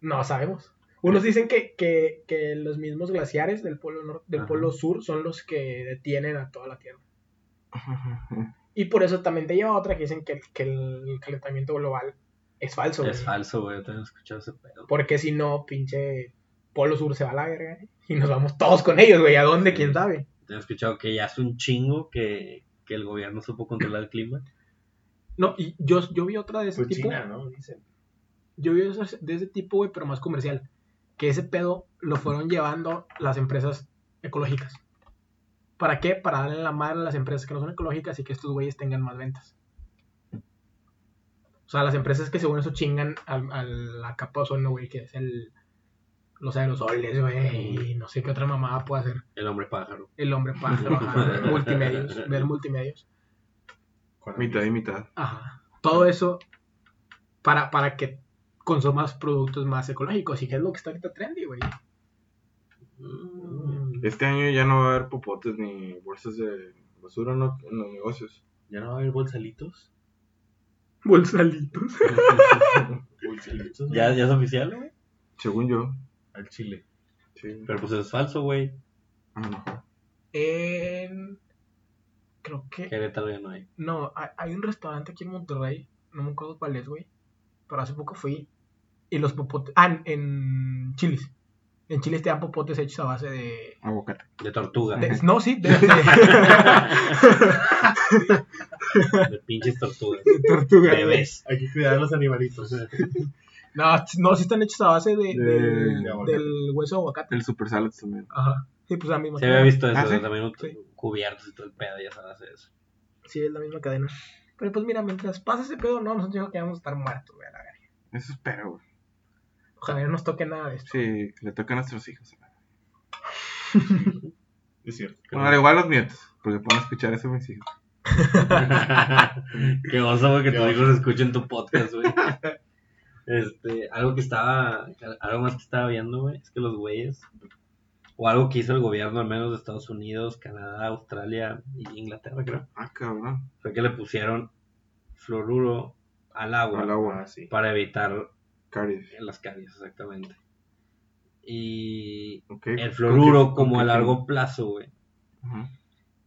Speaker 3: No sabemos. Unos dicen que, que- que los mismos glaciares del polo, nor- del
Speaker 1: Ajá.
Speaker 3: polo sur son los que detienen a toda la Tierra. Y por eso también te lleva a otra que dicen que, que el calentamiento global es falso. güey.
Speaker 1: Es falso, güey. Yo también he escuchado ese pedo.
Speaker 3: Porque si no, pinche polo sur se va a la verga. ¿eh? Y nos vamos todos con ellos, güey. ¿A dónde?
Speaker 1: Sí.
Speaker 3: ¿Quién sabe?
Speaker 1: Yo he escuchado que ya hace un chingo que, que el gobierno supo controlar el clima.
Speaker 3: No, y yo, yo vi otra de ese
Speaker 2: Pues
Speaker 3: tipo.
Speaker 2: China, ¿no? Dicen.
Speaker 3: Yo vi esas- de ese tipo, güey, pero más comercial. Que ese pedo lo fueron llevando las empresas ecológicas. ¿Para qué? Para darle la madre a las empresas que no son ecológicas y que estos güeyes tengan más ventas. O sea, las empresas que según eso chingan al- a, la capa de ozono, güey, que es el. Los aerosoles, güey, y no sé qué otra mamada puede hacer
Speaker 1: El hombre pájaro.
Speaker 3: el hombre para trabajar. multimedios, ver multimedios.
Speaker 2: Con
Speaker 4: mitad y mitad.
Speaker 3: Ajá. Todo eso para, para que consumas productos más ecológicos. Y que es lo que está ahorita trendy, güey.
Speaker 2: Mm.
Speaker 4: Este año ya no va a haber popotes ni bolsas de basura ¿no? en los negocios.
Speaker 2: ¿Ya no va a haber bolsalitos?
Speaker 3: Bolsalitos.
Speaker 2: Bolsalitos.
Speaker 1: ¿Ya,
Speaker 2: güey.
Speaker 1: ya es oficial, güey.
Speaker 4: Según yo.
Speaker 2: Al chile.
Speaker 4: Sí.
Speaker 1: Pero pues es falso, güey.
Speaker 4: A lo mejor.
Speaker 3: En... Creo que...
Speaker 1: Querétaro ya no hay.
Speaker 3: No, hay, hay un restaurante aquí en Monterrey. No me acuerdo cuál es, güey. Pero hace poco fui. Y los popotes... Ah, en- en Chilis. En Chilis te dan popotes hechos a base de...
Speaker 4: Aguacate.
Speaker 1: De tortuga.
Speaker 3: de-
Speaker 1: De,
Speaker 3: no, sí, de, de-
Speaker 1: pinches tortugas.
Speaker 3: de tortuga.
Speaker 1: Bebés.
Speaker 2: Hay que cuidar a los animalitos.
Speaker 3: No, no, sí están hechos a base de,
Speaker 4: De-
Speaker 3: del-
Speaker 2: de aguacate.
Speaker 3: del hueso de aguacate.
Speaker 4: El super salads también.
Speaker 3: Ajá. Sí, pues la misma
Speaker 1: Se había visto eso.
Speaker 4: Ah, ¿sí?
Speaker 1: También un-
Speaker 3: Sí.
Speaker 1: cubiertos y todo el pedo. Ya sabes eso.
Speaker 3: Sí, es la misma cadena. Pero pues mira, mientras pasa ese pedo, no, nosotros yo creo que vamos a estar muertos, güey, a la verga.
Speaker 4: Eso espero, güey.
Speaker 3: Ojalá no nos toque nada de esto.
Speaker 4: Sí, que le toca a nuestros hijos.
Speaker 2: es cierto.
Speaker 4: Bueno, al igual los nietos, porque pueden escuchar eso mis hijos.
Speaker 1: Qué oso, güey, que
Speaker 2: Qué
Speaker 1: tus
Speaker 2: oso.
Speaker 1: hijos escuchen tu podcast, güey. Este, algo que estaba, algo más que estaba viendo, güey, es que los güeyes, o algo que hizo el gobierno, al menos de Estados Unidos, Canadá, Australia y Inglaterra, creo,
Speaker 4: Ah, cabrón.
Speaker 1: fue que le pusieron fluoruro al agua
Speaker 4: Al agua.
Speaker 2: Ah, sí.
Speaker 1: para evitar
Speaker 4: Caries.
Speaker 1: las caries, exactamente. Y
Speaker 4: Ok.
Speaker 1: el fluoruro,
Speaker 4: ¿Con qué-
Speaker 1: como
Speaker 4: con
Speaker 1: a
Speaker 4: qué
Speaker 1: largo plazo, güey,
Speaker 4: fin? Ajá.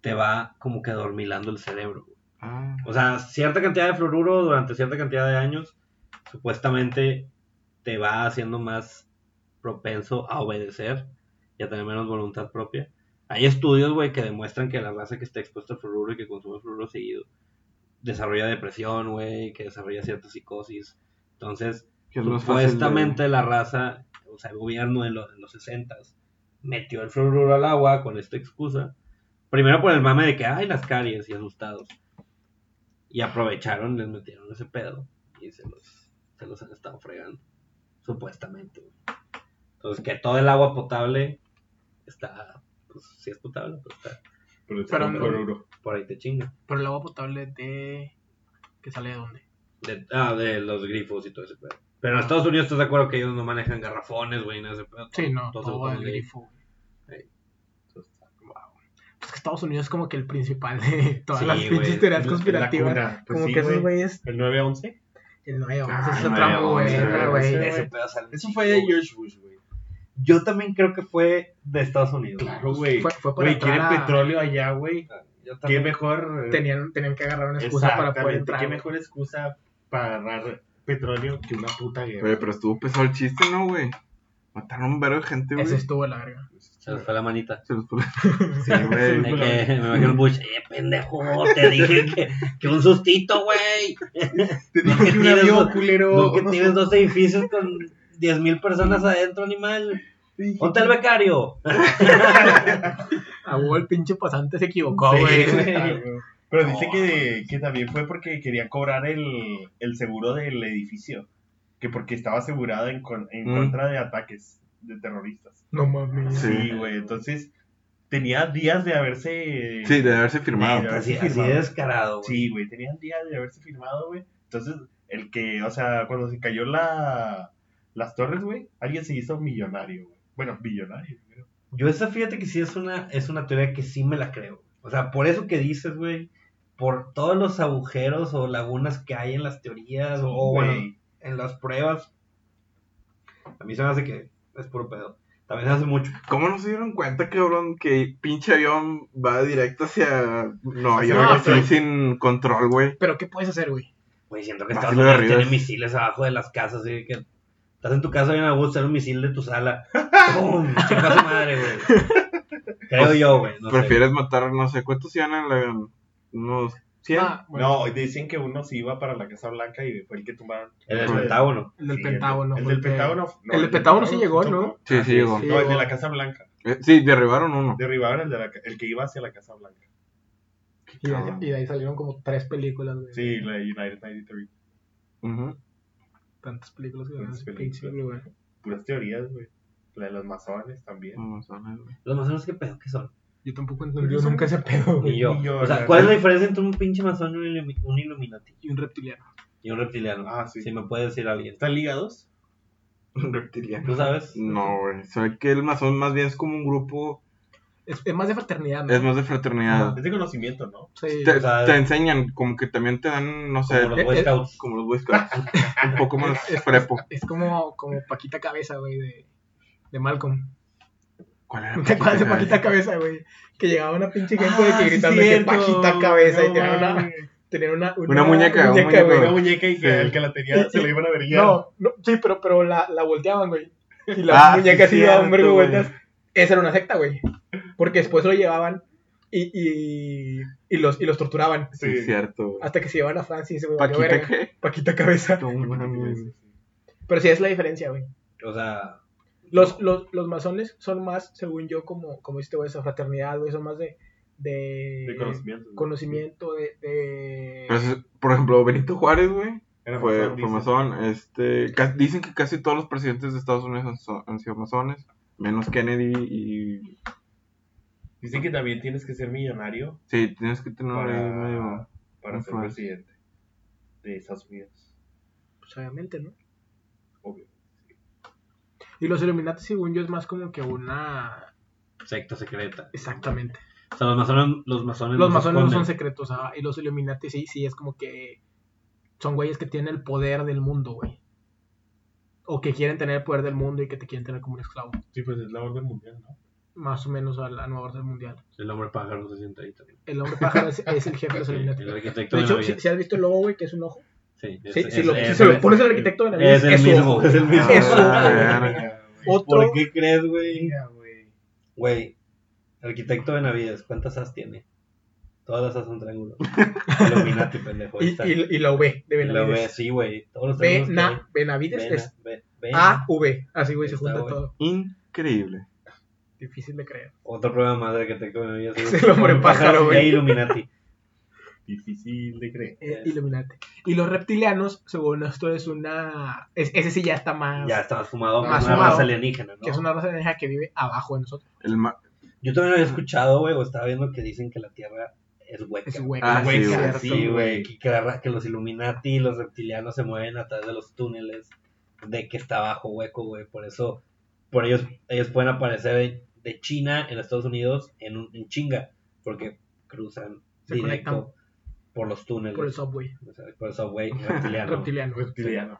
Speaker 1: te va como que adormilando el cerebro.
Speaker 4: Ah,
Speaker 1: O sea, cierta cantidad de fluoruro durante cierta cantidad de años, supuestamente te va haciendo más propenso a obedecer y a tener menos voluntad propia. Hay estudios, güey, que demuestran que la raza que está expuesta al fluoruro y que consume fluoruro seguido desarrolla depresión, güey, que desarrolla cierta psicosis. Entonces,
Speaker 4: que es más fácil de-
Speaker 1: Supuestamente la raza, o sea, el gobierno de los, en los 60 metió el fluoruro al agua con esta excusa. Primero por el mame de que hay las caries y asustados. Y aprovecharon, les metieron ese pedo y se los, se los han estado fregando. Supuestamente. güey. Entonces, que todo el agua potable está, pues si es potable, pues está.
Speaker 2: Pero es
Speaker 3: Pero
Speaker 2: un
Speaker 3: no.
Speaker 2: fluoruro.
Speaker 1: Por ahí te chinga.
Speaker 3: Pero el agua potable de... ¿Que sale de dónde?
Speaker 1: De, ah, de los grifos y todo ese pedo. Pero en Estados Unidos, ¿estás de acuerdo que ellos no manejan garrafones, güey? No ese pedo.
Speaker 3: Sí, no,
Speaker 1: Todo
Speaker 3: todo,
Speaker 1: se lo
Speaker 3: el
Speaker 1: ponen ahí.
Speaker 3: grifo.
Speaker 2: Entonces, está como-
Speaker 3: Pues que Estados Unidos es como que el principal de todas
Speaker 1: Sí,
Speaker 3: las pinches
Speaker 1: güey.
Speaker 3: teorías
Speaker 2: La
Speaker 3: conspirativas.
Speaker 2: cuna, pues
Speaker 3: Como
Speaker 2: sí,
Speaker 3: que esos
Speaker 2: güey.
Speaker 3: güeyes...
Speaker 2: El 9 a 11.
Speaker 3: El 9
Speaker 4: Ah,
Speaker 3: es
Speaker 4: el
Speaker 3: otra
Speaker 4: 9-11,
Speaker 3: buena,
Speaker 2: güey.
Speaker 3: güey.
Speaker 1: Ese pedo sale un
Speaker 4: Eso
Speaker 1: chingo,
Speaker 4: fue de
Speaker 1: güey.
Speaker 4: George Bush, güey.
Speaker 1: Yo también creo que fue de Estados Unidos.
Speaker 2: Claro, güey.
Speaker 3: Fue- fue para
Speaker 2: Güey, quieren
Speaker 3: entrar a-
Speaker 2: petróleo allá, güey.
Speaker 1: Yo
Speaker 2: Qué
Speaker 1: también.
Speaker 2: mejor. eh,
Speaker 3: Tenían, tenían que agarrar una excusa para poder
Speaker 2: Exactamente,
Speaker 3: entrar.
Speaker 2: Qué mejor excusa para agarrar petróleo que una puta guerra.
Speaker 4: Güey, pero estuvo pesado el chiste, ¿no, güey? Mataron un verbo de gente, güey.
Speaker 3: Eso estuvo de la verga.
Speaker 1: Se nos fue la manita.
Speaker 4: Se los pone- Sí, güey.
Speaker 1: De que me imagino el Bush, eh, pendejo, te dije que, que un sustito, güey.
Speaker 4: Te
Speaker 1: No que
Speaker 4: dije que un
Speaker 1: tienes
Speaker 4: avión,
Speaker 1: dos- No
Speaker 4: culero.
Speaker 1: que tienes dos edificios con 10.000 personas adentro, animal. Ponte el becario.
Speaker 3: A huevo Ah, el pinche pasante se equivocó,
Speaker 2: Sí,
Speaker 3: güey.
Speaker 2: güey. Ah, Pero dice
Speaker 4: No.
Speaker 2: que, que también fue porque quería cobrar el, el seguro del edificio. Que porque estaba asegurado en, con- en
Speaker 4: Mm.
Speaker 2: contra de ataques de terroristas.
Speaker 3: No mames.
Speaker 4: Sí.
Speaker 2: Sí, güey. Entonces tenía días de haberse.
Speaker 4: Sí, de haberse firmado.
Speaker 1: Así, así de descarado, güey.
Speaker 2: Sí, güey, tenían días de haberse firmado, güey. Entonces, el que, o sea, cuando se cayó la, las torres, güey, alguien se hizo millonario, güey. Bueno, billonario, creo.
Speaker 1: Yo esa fíjate que sí es una, es una teoría que sí me la creo. O sea, por eso que dices, güey, por todos los agujeros o lagunas que hay en las teorías o bueno,
Speaker 2: Güey,
Speaker 1: en las pruebas, a mí se me hace que es puro pedo. También se hace mucho.
Speaker 4: ¿Cómo no se dieron cuenta, cabrón, que pinche avión va directo hacia Nueva
Speaker 2: Hacia
Speaker 4: York
Speaker 3: Nueva
Speaker 4: así
Speaker 2: York.
Speaker 4: sin control, güey?
Speaker 3: Pero ¿qué puedes hacer, güey?
Speaker 1: Güey, siento que
Speaker 4: Ah,
Speaker 1: Estados
Speaker 4: sí, lo de
Speaker 1: Unidos tiene
Speaker 4: Rivas.
Speaker 1: misiles abajo de las casas, así que estás en tu casa y a buscar un misil de tu sala. ¡Pum! Chinga su madre, güey. Creo
Speaker 4: Pues,
Speaker 1: yo, güey. No sé.
Speaker 4: Prefieres matar, no sé, ¿cuántos iban en el avión? Unos 100.
Speaker 3: Ah, bueno,
Speaker 2: No, dicen que uno se iba para la Casa Blanca y fue el que tumbaron.
Speaker 1: El del pentágono.
Speaker 3: el del
Speaker 2: Sí,
Speaker 3: Pentágono.
Speaker 2: El
Speaker 3: fue
Speaker 2: del Pentágono. no,
Speaker 3: el del Pentágono sí llegó,
Speaker 2: chocó.
Speaker 3: ¿no? Ah,
Speaker 4: sí,
Speaker 1: así
Speaker 4: sí, llegó.
Speaker 3: sí.
Speaker 2: No, el de la Casa Blanca.
Speaker 4: Eh, Sí, derribaron uno.
Speaker 2: Derribaron el, de la, ca- el que iba hacia la Casa Blanca.
Speaker 3: Y, de- y de ahí salieron como tres películas, güey.
Speaker 2: Sí, la de United 93.
Speaker 4: Ujú.
Speaker 3: Tantas películas que eran
Speaker 2: Tantas
Speaker 3: ese pinche, güey.
Speaker 2: Puras teorías, güey. La de los masones también.
Speaker 4: Mm. Amazonas, güey.
Speaker 1: Los masones, ¿qué pedo? ¿Qué son?
Speaker 3: Yo tampoco entendí nunca ese pedo, güey.
Speaker 1: Ni yo.
Speaker 2: Ni yo,
Speaker 1: o sea,
Speaker 2: la
Speaker 1: ¿cuál es
Speaker 2: verdad.
Speaker 1: la diferencia entre un pinche masón y un, ilumi- un Illuminati?
Speaker 3: Y un reptiliano.
Speaker 1: Y un reptiliano.
Speaker 2: Ah, sí.
Speaker 1: Si me puede decir alguien.
Speaker 2: ¿Están ligados?
Speaker 4: Un reptiliano.
Speaker 1: ¿Tú sabes?
Speaker 4: No, güey. Se ve que el masón más bien es como un grupo,
Speaker 3: Es, es más de fraternidad, ¿no?
Speaker 4: es más de fraternidad.
Speaker 2: Es de conocimiento, ¿no?
Speaker 3: Sí.
Speaker 4: Te,
Speaker 1: o sea,
Speaker 4: te enseñan, como que también te dan, no sé,
Speaker 1: Como los
Speaker 3: eh,
Speaker 1: Boy
Speaker 3: eh,
Speaker 1: Scouts.
Speaker 4: como los Boy Scouts, un poco más prepo.
Speaker 3: Es como, como Paquita Cabeza, güey, de, de Malcolm.
Speaker 4: ¿Cuál era?
Speaker 3: ¿No te acuerdas de Paquita Cabeza, güey? Que llegaba una pinche gente
Speaker 2: Ah,
Speaker 3: de que gritando que Paquita Cabeza y tenía una, tenía una,
Speaker 4: Una muñeca, un muñeco.
Speaker 3: güey.
Speaker 2: Una muñeca y que
Speaker 4: Sí.
Speaker 2: el que la tenía se la iban a verguiar.
Speaker 3: No, no, sí, pero, pero la, la volteaban, güey. Y la
Speaker 4: Ah, sí,
Speaker 3: muñeca así daba un
Speaker 4: cierto,
Speaker 3: vergo de
Speaker 4: güey.
Speaker 3: vueltas. Esa era una secta, güey. Porque después lo llevaban y, y, y los, y los torturaban.
Speaker 4: Sí, es cierto, güey.
Speaker 3: Hasta que se llevaban a Francia y se volvió
Speaker 4: ¿Paquita
Speaker 3: verga.
Speaker 4: qué?
Speaker 3: Paquita cabeza.
Speaker 4: No, mames.
Speaker 3: Pero sí es la diferencia, güey.
Speaker 1: O sea,
Speaker 3: Los, los, los masones son más, según yo, como, como dijiste, güey, esa fraternidad, güey, son más de, de,
Speaker 2: De conocimiento.
Speaker 3: conocimiento, de... de-
Speaker 4: Pero es- pues, por ejemplo, Benito Juárez, güey,
Speaker 2: Era
Speaker 4: fue,
Speaker 2: masón,
Speaker 4: fue
Speaker 2: dice.
Speaker 4: masón. Este, ca- dicen que casi todos los presidentes de Estados Unidos han, so- han sido masones, menos Kennedy y...
Speaker 2: Dicen que también tienes que ser millonario
Speaker 4: Sí, tienes que tener
Speaker 2: Para-
Speaker 4: ahí medio...
Speaker 2: para ser
Speaker 4: Influencia.
Speaker 2: presidente de Estados Unidos.
Speaker 3: Pues obviamente, ¿no?
Speaker 2: Obvio.
Speaker 3: Y los Illuminati, según yo, es más como que una...
Speaker 1: secta secreta.
Speaker 3: Exactamente.
Speaker 1: O sea, los masones, los masones
Speaker 3: Los
Speaker 1: se
Speaker 3: masones no son
Speaker 1: esconden.
Speaker 3: secretos, ah, y los Illuminati sí, sí, es como que son güeyes que tienen el poder del mundo, güey. O que quieren tener el poder del mundo y que te quieren tener como un esclavo.
Speaker 2: Sí, pues es la orden mundial, ¿no?
Speaker 3: más o menos al, al nuevo orden mundial.
Speaker 1: El hombre pájaro se sienta ahí también.
Speaker 3: El hombre pájaro es, es el jefe de los
Speaker 1: Sí,
Speaker 3: Illuminati.
Speaker 1: el arquitecto
Speaker 3: De
Speaker 1: de
Speaker 3: hecho,
Speaker 1: la
Speaker 3: si,
Speaker 1: vida.
Speaker 3: si has visto el logo, güey, que es un ojo.
Speaker 1: Sí,
Speaker 3: Si,
Speaker 1: es-
Speaker 3: si lo-
Speaker 1: es-
Speaker 3: si
Speaker 1: es-
Speaker 3: se lo pones al arquitecto de la vida,
Speaker 1: es el mismo.
Speaker 2: Es el mismo.
Speaker 3: Eso. Otro-
Speaker 1: ¿Por qué crees, güey?
Speaker 2: Mira, güey.
Speaker 1: Güey, arquitecto de Navidades, ¿cuántas as tiene? Todas las as son triángulos. Illuminati, pendejo. ahí
Speaker 3: Y,
Speaker 1: está.
Speaker 3: y, y la V de
Speaker 1: Y la V,
Speaker 3: Benavides.
Speaker 1: sí, güey. Todos los
Speaker 3: B,
Speaker 1: triángulos. que
Speaker 3: na,
Speaker 1: hay.
Speaker 3: Benavides
Speaker 1: Vena,
Speaker 3: es Ah.
Speaker 1: ve- vena.
Speaker 3: A, V. Así, güey, se
Speaker 1: Está,
Speaker 3: junta
Speaker 1: güey.
Speaker 3: todo.
Speaker 4: Increíble.
Speaker 3: Difícil de creer.
Speaker 1: Otro prueba más de arquitecto de Navidades.
Speaker 3: Es el hombre pájaro, güey.
Speaker 1: E Illuminati.
Speaker 2: Difícil de creer.
Speaker 3: Eh,
Speaker 1: Yes.
Speaker 3: Illuminati. Y los reptilianos, según esto, es una. es- ese sí ya está más.
Speaker 1: Ya está más fumado.
Speaker 3: Más
Speaker 1: Más una
Speaker 3: Ah, fumado.
Speaker 1: raza alienígena, ¿no?
Speaker 3: Que es una raza alienígena que vive abajo de nosotros.
Speaker 4: El ma-
Speaker 1: Yo también había escuchado, güey, o estaba viendo que dicen que la Tierra es hueca.
Speaker 3: Es hueca.
Speaker 4: Ah, sí,
Speaker 3: es
Speaker 4: güey.
Speaker 3: cierto,
Speaker 1: Sí, güey, que, que la ra- que los Illuminati y los reptilianos se mueven a través de los túneles de que está bajo hueco, güey. Por eso, por ellos, ellos pueden aparecer de, de China en Estados Unidos en, un, en chinga, porque cruzan
Speaker 3: Se
Speaker 1: directo
Speaker 3: conectan.
Speaker 1: por los túneles,
Speaker 3: Por el subway.
Speaker 1: o sea, por el subway reptiliano.
Speaker 3: Reptiliano.
Speaker 2: Reptiliano.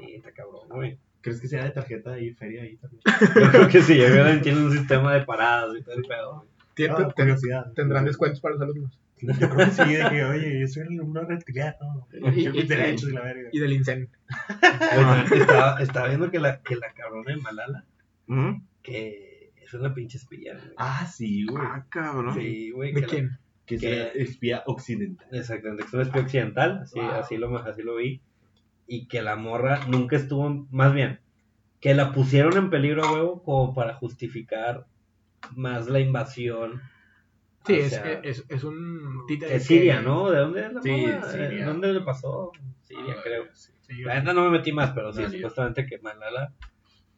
Speaker 1: Sí, está cabrón, güey.
Speaker 2: ¿Crees que sea de tarjeta ahí, feria ahí también?
Speaker 1: Yo creo que sí, yo creo que tienen un sistema de paradas y todo el pedo, güey.
Speaker 3: Tien-
Speaker 2: Ah,
Speaker 3: ten-
Speaker 2: curiosidad.
Speaker 3: tendrán descuentos para los alumnos.
Speaker 2: Yo creo que sí, de que, oye, yo soy el alumno reptiliano.
Speaker 3: Y-
Speaker 2: Yo
Speaker 3: y-
Speaker 2: mis derechos y la verga.
Speaker 3: Y del INSEN.
Speaker 1: Oye, estaba, estaba viendo que la, que la cabrona de Malala,
Speaker 4: ¿Mm?
Speaker 1: que es una pinche espía, güey.
Speaker 2: Ah, sí, güey.
Speaker 4: Ah, cabrón.
Speaker 1: Sí, güey. que
Speaker 3: ¿De
Speaker 1: la-
Speaker 3: quién?
Speaker 2: Que sea espía occidental.
Speaker 1: Exactamente, que es una espía occidental, así,
Speaker 3: Wow.
Speaker 1: así, lo, así lo vi. Y que la morra nunca estuvo, más bien, que la pusieron en peligro a huevo como para justificar más la invasión. Ah, O
Speaker 3: Sí, es,
Speaker 1: sea,
Speaker 3: es, es un títere.
Speaker 1: es
Speaker 3: que-
Speaker 1: Siria, ¿no? ¿De dónde es la
Speaker 2: Sí,
Speaker 1: morra?
Speaker 2: Siria.
Speaker 1: ¿De ¿Dónde le pasó? Siria,
Speaker 2: Ah,
Speaker 1: creo.
Speaker 2: sí.
Speaker 3: Sí,
Speaker 1: La neta no me metí más, pero sí,
Speaker 2: No, yo-
Speaker 1: supuestamente que Malala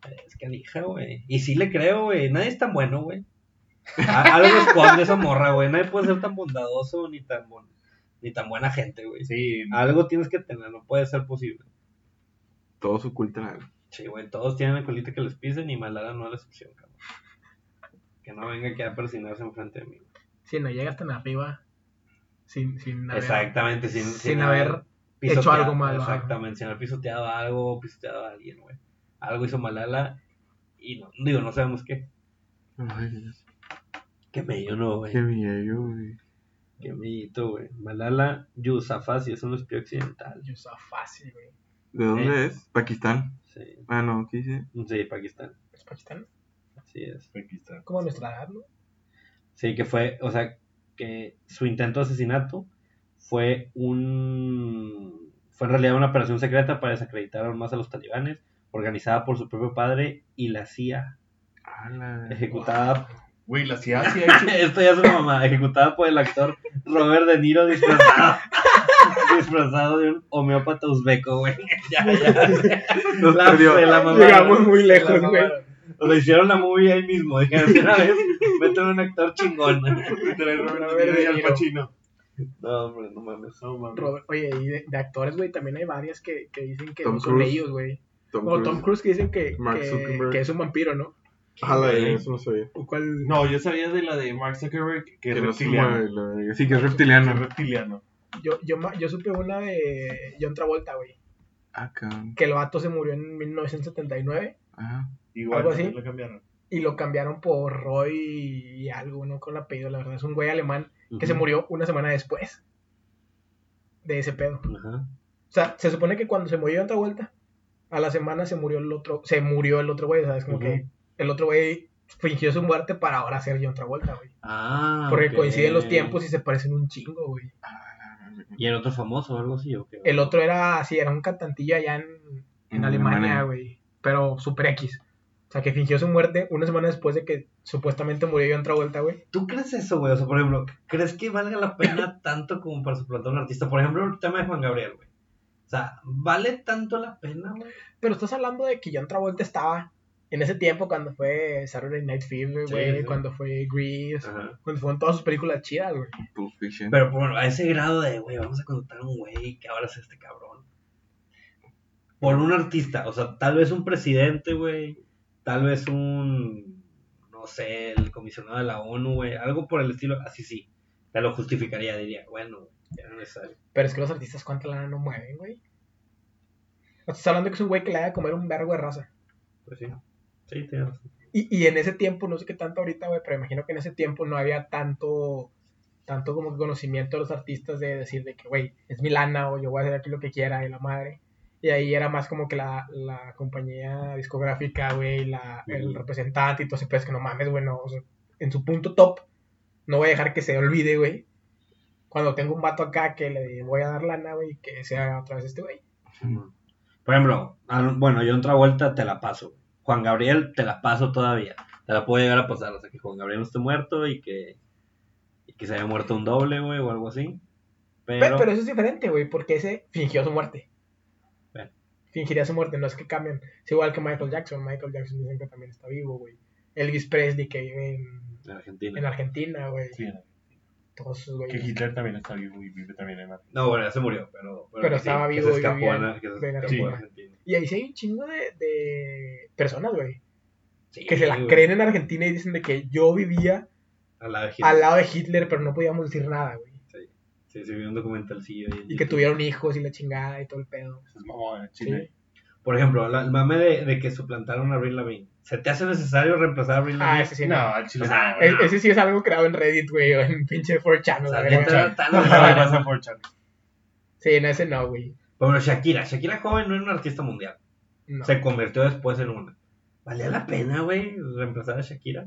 Speaker 1: eh, es canija, güey. Y sí le creo, güey. Nadie es tan bueno, güey. A- Algo esconde esa morra, güey. Nadie puede ser tan bondadoso ni tan, bon- ni tan buena gente, güey.
Speaker 2: Sí,
Speaker 1: Algo tienes que tener, no puede ser posible.
Speaker 4: Todo su cultura.
Speaker 1: Sí, güey, todos tienen la colita que les pisen y Malala no es la excepción, cabrón. Que no venga aquí a persinarse enfrente de mí.
Speaker 3: Si no llegas tan arriba sin, sin haber-
Speaker 1: Exactamente, sin,
Speaker 3: sin haber hecho
Speaker 1: pisoteado-
Speaker 3: algo malo, ajá.
Speaker 1: Exactamente, sin haber pisoteado algo, pisoteado a alguien, güey. Algo hizo Malala y no, digo, no sabemos qué.
Speaker 4: Ay, Dios,
Speaker 1: Qué mello, no, güey.
Speaker 4: qué bello, güey.
Speaker 1: Qué mellito, güey. Malala Yousafzai es un espía occidental.
Speaker 3: Yo estaba fácil, güey.
Speaker 4: ¿De dónde
Speaker 1: Eh.
Speaker 4: es? Pakistán.
Speaker 1: Sí,
Speaker 4: Ah, no, ¿qué dice?
Speaker 1: sí, Pakistán.
Speaker 3: ¿Es Pakistán?
Speaker 1: Así es.
Speaker 2: aquí está.
Speaker 3: Como nuestra edad, ¿no?
Speaker 1: Sí, que fue, o sea, que su intento de asesinato fue un, fue en realidad una operación secreta para desacreditar aún más a los talibanes, organizada por su propio padre y la CIA,
Speaker 4: Ah, la-
Speaker 1: ejecutada,
Speaker 2: Güey, la CIA sí ha hecho.
Speaker 1: esto ya es una mamá, ejecutada por el actor Robert De Niro disfrazado, disfrazado de un homeópata uzbeco, güey. Ya, ya.
Speaker 4: Nos
Speaker 1: La-
Speaker 4: perdió.
Speaker 1: se la mamaron.
Speaker 3: Llegamos muy lejos,
Speaker 1: La
Speaker 3: güey.
Speaker 1: mamaron. O sea, hicieron la movie ahí mismo, dijeron, "De una vez, meten un actor chingón.
Speaker 2: Traer Robert
Speaker 3: Robert
Speaker 2: De Niro y
Speaker 3: De
Speaker 2: Al
Speaker 3: Niro.
Speaker 2: Pacino.
Speaker 1: No, hombre, no mames.
Speaker 2: No mames.
Speaker 3: Robert- oye, y de, de actores, güey, también hay varias que, que dicen que
Speaker 4: Tom
Speaker 3: no son
Speaker 4: Cruise.
Speaker 3: de ellos, güey.
Speaker 4: Tom
Speaker 3: O Tom Cruise que dicen que,
Speaker 4: Mark
Speaker 3: que,
Speaker 4: Zuckerberg.
Speaker 3: que es un vampiro, ¿no?
Speaker 4: Ah, la de- eso no sabía.
Speaker 3: ¿O cuál?
Speaker 2: No, yo sabía de la de Mark Zuckerberg que,
Speaker 4: Que
Speaker 2: es
Speaker 4: no se
Speaker 2: reptiliano.
Speaker 4: mueve, la verga. Sí, que es
Speaker 2: Que es
Speaker 4: reptiliano.
Speaker 2: reptiliano.
Speaker 3: Yo, yo, ma- yo supe una de John Travolta, güey.
Speaker 4: Ah, cabrón. Ah.
Speaker 3: Que el vato se murió en 1979
Speaker 4: Ajá.
Speaker 2: Igual,
Speaker 3: Algo así.
Speaker 2: lo cambiaron.
Speaker 3: y lo cambiaron por Roy y algo, ¿no? Con el apellido, la verdad. Es un güey alemán que se
Speaker 1: Ujú.
Speaker 3: murió una semana después de ese pedo.
Speaker 1: Ajá.
Speaker 3: O sea, se supone que cuando se murió otra vuelta, a la semana se murió el otro, se murió el otro güey, ¿sabes? Como
Speaker 1: Ujú.
Speaker 3: que el otro güey fingió su muerte para ahora ser John Travolta, güey.
Speaker 1: Ah,
Speaker 3: Porque
Speaker 1: ok.
Speaker 3: coinciden los tiempos y se parecen un chingo, güey.
Speaker 1: ¿Y el otro famoso o algo así? ¿o qué?
Speaker 3: El otro era, sí, era un cantantillo allá en, en
Speaker 4: En
Speaker 3: Alemania,
Speaker 4: Alemania.
Speaker 3: güey. Pero super X. O sea, que fingió su muerte una semana después de que supuestamente murió John Travolta, güey.
Speaker 1: ¿Tú crees eso, güey? O sea, por ejemplo, ¿crees que valga la pena tanto como para suplantar a un artista? Por ejemplo, el tema de Juan Gabriel, güey. O sea, ¿vale tanto la pena, güey?
Speaker 3: Pero estás hablando de que John Travolta estaba en ese tiempo cuando fue Saturday Night Fever,
Speaker 1: Sí,
Speaker 3: güey,
Speaker 1: sí. Ah.
Speaker 3: cuando fue Grease, cuando fueron todas sus películas chidas, güey.
Speaker 4: Pulp Fiction.
Speaker 1: Pero bueno, a ese grado de, güey, vamos a contratar a un güey que ahora es este cabrón. Por un artista, o sea, tal vez un presidente, güey. Tal vez un, no sé, el comisionado de la ONU, güey. Algo por el estilo, así sí. Te lo justificaría, diría, bueno, güey, ya no es necesario.
Speaker 3: Pero es que los artistas, ¿cuánta lana no mueven, güey? O sea, Estás hablando que es un güey que le haga comer un vergo de raza.
Speaker 1: Pues sí. Sí, tienes razón.
Speaker 3: Y, y en ese tiempo, no sé qué tanto ahorita, güey, pero imagino que en ese tiempo no había tanto, tanto como conocimiento de los artistas de decir de que, güey, es mi lana o yo voy a hacer aquí lo que quiera y la madre. Y ahí era más como que la, la compañía discográfica, güey, la, el
Speaker 1: Ujú.
Speaker 3: representante y todo ese pedo, es que no mames, güey, no, o sea, en su punto top, no voy a dejar que se olvide, güey. Cuando tengo un vato acá que le voy a dar lana, güey, que sea otra vez este güey.
Speaker 1: Simón. Por ejemplo, al- bueno, yo en otra vuelta te la paso. Juan Gabriel te la paso todavía. Te la puedo llegar a pasar. O sea, que Juan Gabriel no esté muerto y que, y que se haya muerto un doble, güey, o algo así.
Speaker 3: Pe-
Speaker 1: Pero,
Speaker 3: Pero, eso es diferente, güey, porque ese fingió su muerte.
Speaker 1: Bueno.
Speaker 3: Fingiría su muerte, no es que cambien. Es igual que Michael Jackson. Michael Jackson dicen que también está vivo, güey. Elvis Presley, que vive en,
Speaker 1: en Argentina.
Speaker 3: en Argentina, güey.
Speaker 2: Sí,
Speaker 3: Todos esos
Speaker 2: que
Speaker 3: güeyes.
Speaker 2: Hitler también está vivo y vive también en Argentina.
Speaker 1: No, bueno, ya se murió, pero,
Speaker 3: Pero estaba
Speaker 1: que
Speaker 3: vivo y
Speaker 1: se escapó,
Speaker 3: vivía
Speaker 1: en-
Speaker 3: en-
Speaker 1: que se
Speaker 3: en
Speaker 1: escapó
Speaker 2: Argentina.
Speaker 1: de Argentina.
Speaker 3: Y ahí sí hay un chingo de, de personas, güey.
Speaker 1: Sí,
Speaker 3: Que se la
Speaker 1: güey.
Speaker 3: creen en Argentina y dicen de que yo vivía
Speaker 1: Al lado de Hitler.
Speaker 3: al lado de Hitler, pero no podíamos decir nada, güey.
Speaker 1: Sí, sí, vi un documentalcillo. ahí en
Speaker 3: Y que
Speaker 1: YouTube.
Speaker 3: tuvieron hijos y la chingada y todo el pedo.
Speaker 2: Eso es mamón, en
Speaker 3: Sí.
Speaker 2: Chile.
Speaker 1: Por ejemplo, la- el mame de, de que suplantaron a Avril Lavigne. ¿Se te hace necesario reemplazar a Avril
Speaker 3: Ah,
Speaker 1: Lavigne?
Speaker 3: ese sí, no.
Speaker 2: No, en Chile
Speaker 1: O sea,
Speaker 2: no.
Speaker 3: E- ese sí es algo creado en Reddit, güey, o en pinche 4chan.
Speaker 1: O
Speaker 3: o
Speaker 1: sea,
Speaker 3: la
Speaker 1: neta,
Speaker 3: verga.
Speaker 1: tan-
Speaker 2: No,
Speaker 1: tan-
Speaker 2: no, no, no, por Chan.
Speaker 3: Sí, no, ese no, güey.
Speaker 1: Por ejemplo, Shakira. Shakira joven no era una artista mundial.
Speaker 3: No.
Speaker 1: Se convirtió después en una. ¿Valía la pena, güey, reemplazar a Shakira?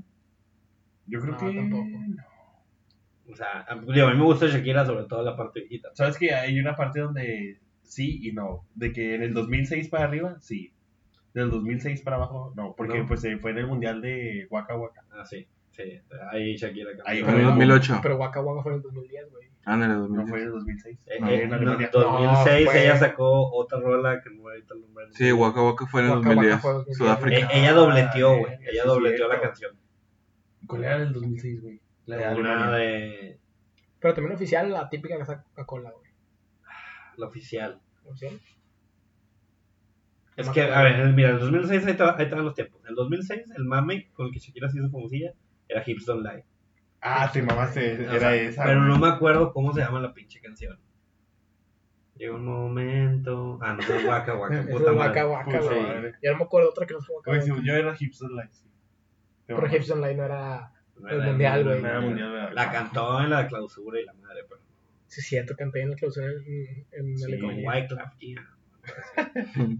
Speaker 2: Yo creo
Speaker 3: No,
Speaker 2: que
Speaker 3: tampoco.
Speaker 1: O sea, a, digo, a mí me gusta Shakira, sobre todo la parte viejita.
Speaker 2: Sabes que hay una parte donde sí y no. De que en el 2006 para arriba, sí. Del 2006 para abajo, no. Porque
Speaker 1: No.
Speaker 2: pues eh, fue en el mundial de Waka Waka.
Speaker 1: Ah, sí, sí. Ahí Shakira cambió. Eh,
Speaker 2: Ahí
Speaker 4: En
Speaker 2: fue.
Speaker 4: el 2008.
Speaker 3: Pero Waka Waka fue en el 2010, güey.
Speaker 4: Ándale,
Speaker 2: No fue en el
Speaker 4: 2010.
Speaker 2: 2006.
Speaker 1: Eh,
Speaker 2: No,
Speaker 1: eh,
Speaker 2: en
Speaker 1: no,
Speaker 2: Alemania.
Speaker 1: 2006
Speaker 3: No, fue-
Speaker 1: ella sacó otra rola que no voy a ahorita nombrar.
Speaker 4: Sí, Waka Waka fue en el
Speaker 3: Waka Waka
Speaker 4: 2010.
Speaker 3: fue en el 2010.
Speaker 1: Eh,
Speaker 4: Sudáfrica.
Speaker 1: ella dobleteó, güey.
Speaker 2: Ah, sí,
Speaker 1: Ella dobleteó la
Speaker 2: cierto.
Speaker 1: canción.
Speaker 2: ¿Cuál era el 2006, güey? La de
Speaker 1: Una
Speaker 2: Alemania.
Speaker 1: de
Speaker 3: Pero también oficial, la típica que saca Coca-Cola, güey.
Speaker 1: la oficial.
Speaker 3: Oficial.
Speaker 1: Es que, a ver, mira, el 2006 ahí te, va- ahí te van los tiempos. El 2006, el mame con el que Shakira se hizo famosilla era Hips Don't Lie.
Speaker 2: Ah, te mamaste.
Speaker 1: O
Speaker 2: Era
Speaker 1: sea,
Speaker 2: esa.
Speaker 1: Pero
Speaker 2: güey.
Speaker 1: no me acuerdo cómo se llama la pinche canción. Llega un momento. Ah, no, es Waka Waka.
Speaker 3: Esa
Speaker 1: puta
Speaker 3: Es de
Speaker 1: madre.
Speaker 3: Waka Waka,
Speaker 2: Puta
Speaker 3: güey.
Speaker 2: Ah, madre.
Speaker 3: Yo no me acuerdo otra que no fue Waka
Speaker 2: Güey,
Speaker 3: Waka.
Speaker 2: sí, yo era Hipster Light. sí. Te
Speaker 3: Pero
Speaker 2: mamaste.
Speaker 3: Hips Online no era...
Speaker 1: No
Speaker 3: El
Speaker 1: era-
Speaker 3: mundial, güey.
Speaker 1: no era
Speaker 2: No era
Speaker 1: mundial.
Speaker 2: mundial,
Speaker 1: La
Speaker 2: güey.
Speaker 1: cantó en la clausura y la madre, pero.
Speaker 3: Sí, cierto, canté en la clausura en, en
Speaker 1: Sí,
Speaker 3: el
Speaker 1: con
Speaker 3: Economía.
Speaker 1: Wyclef Jean.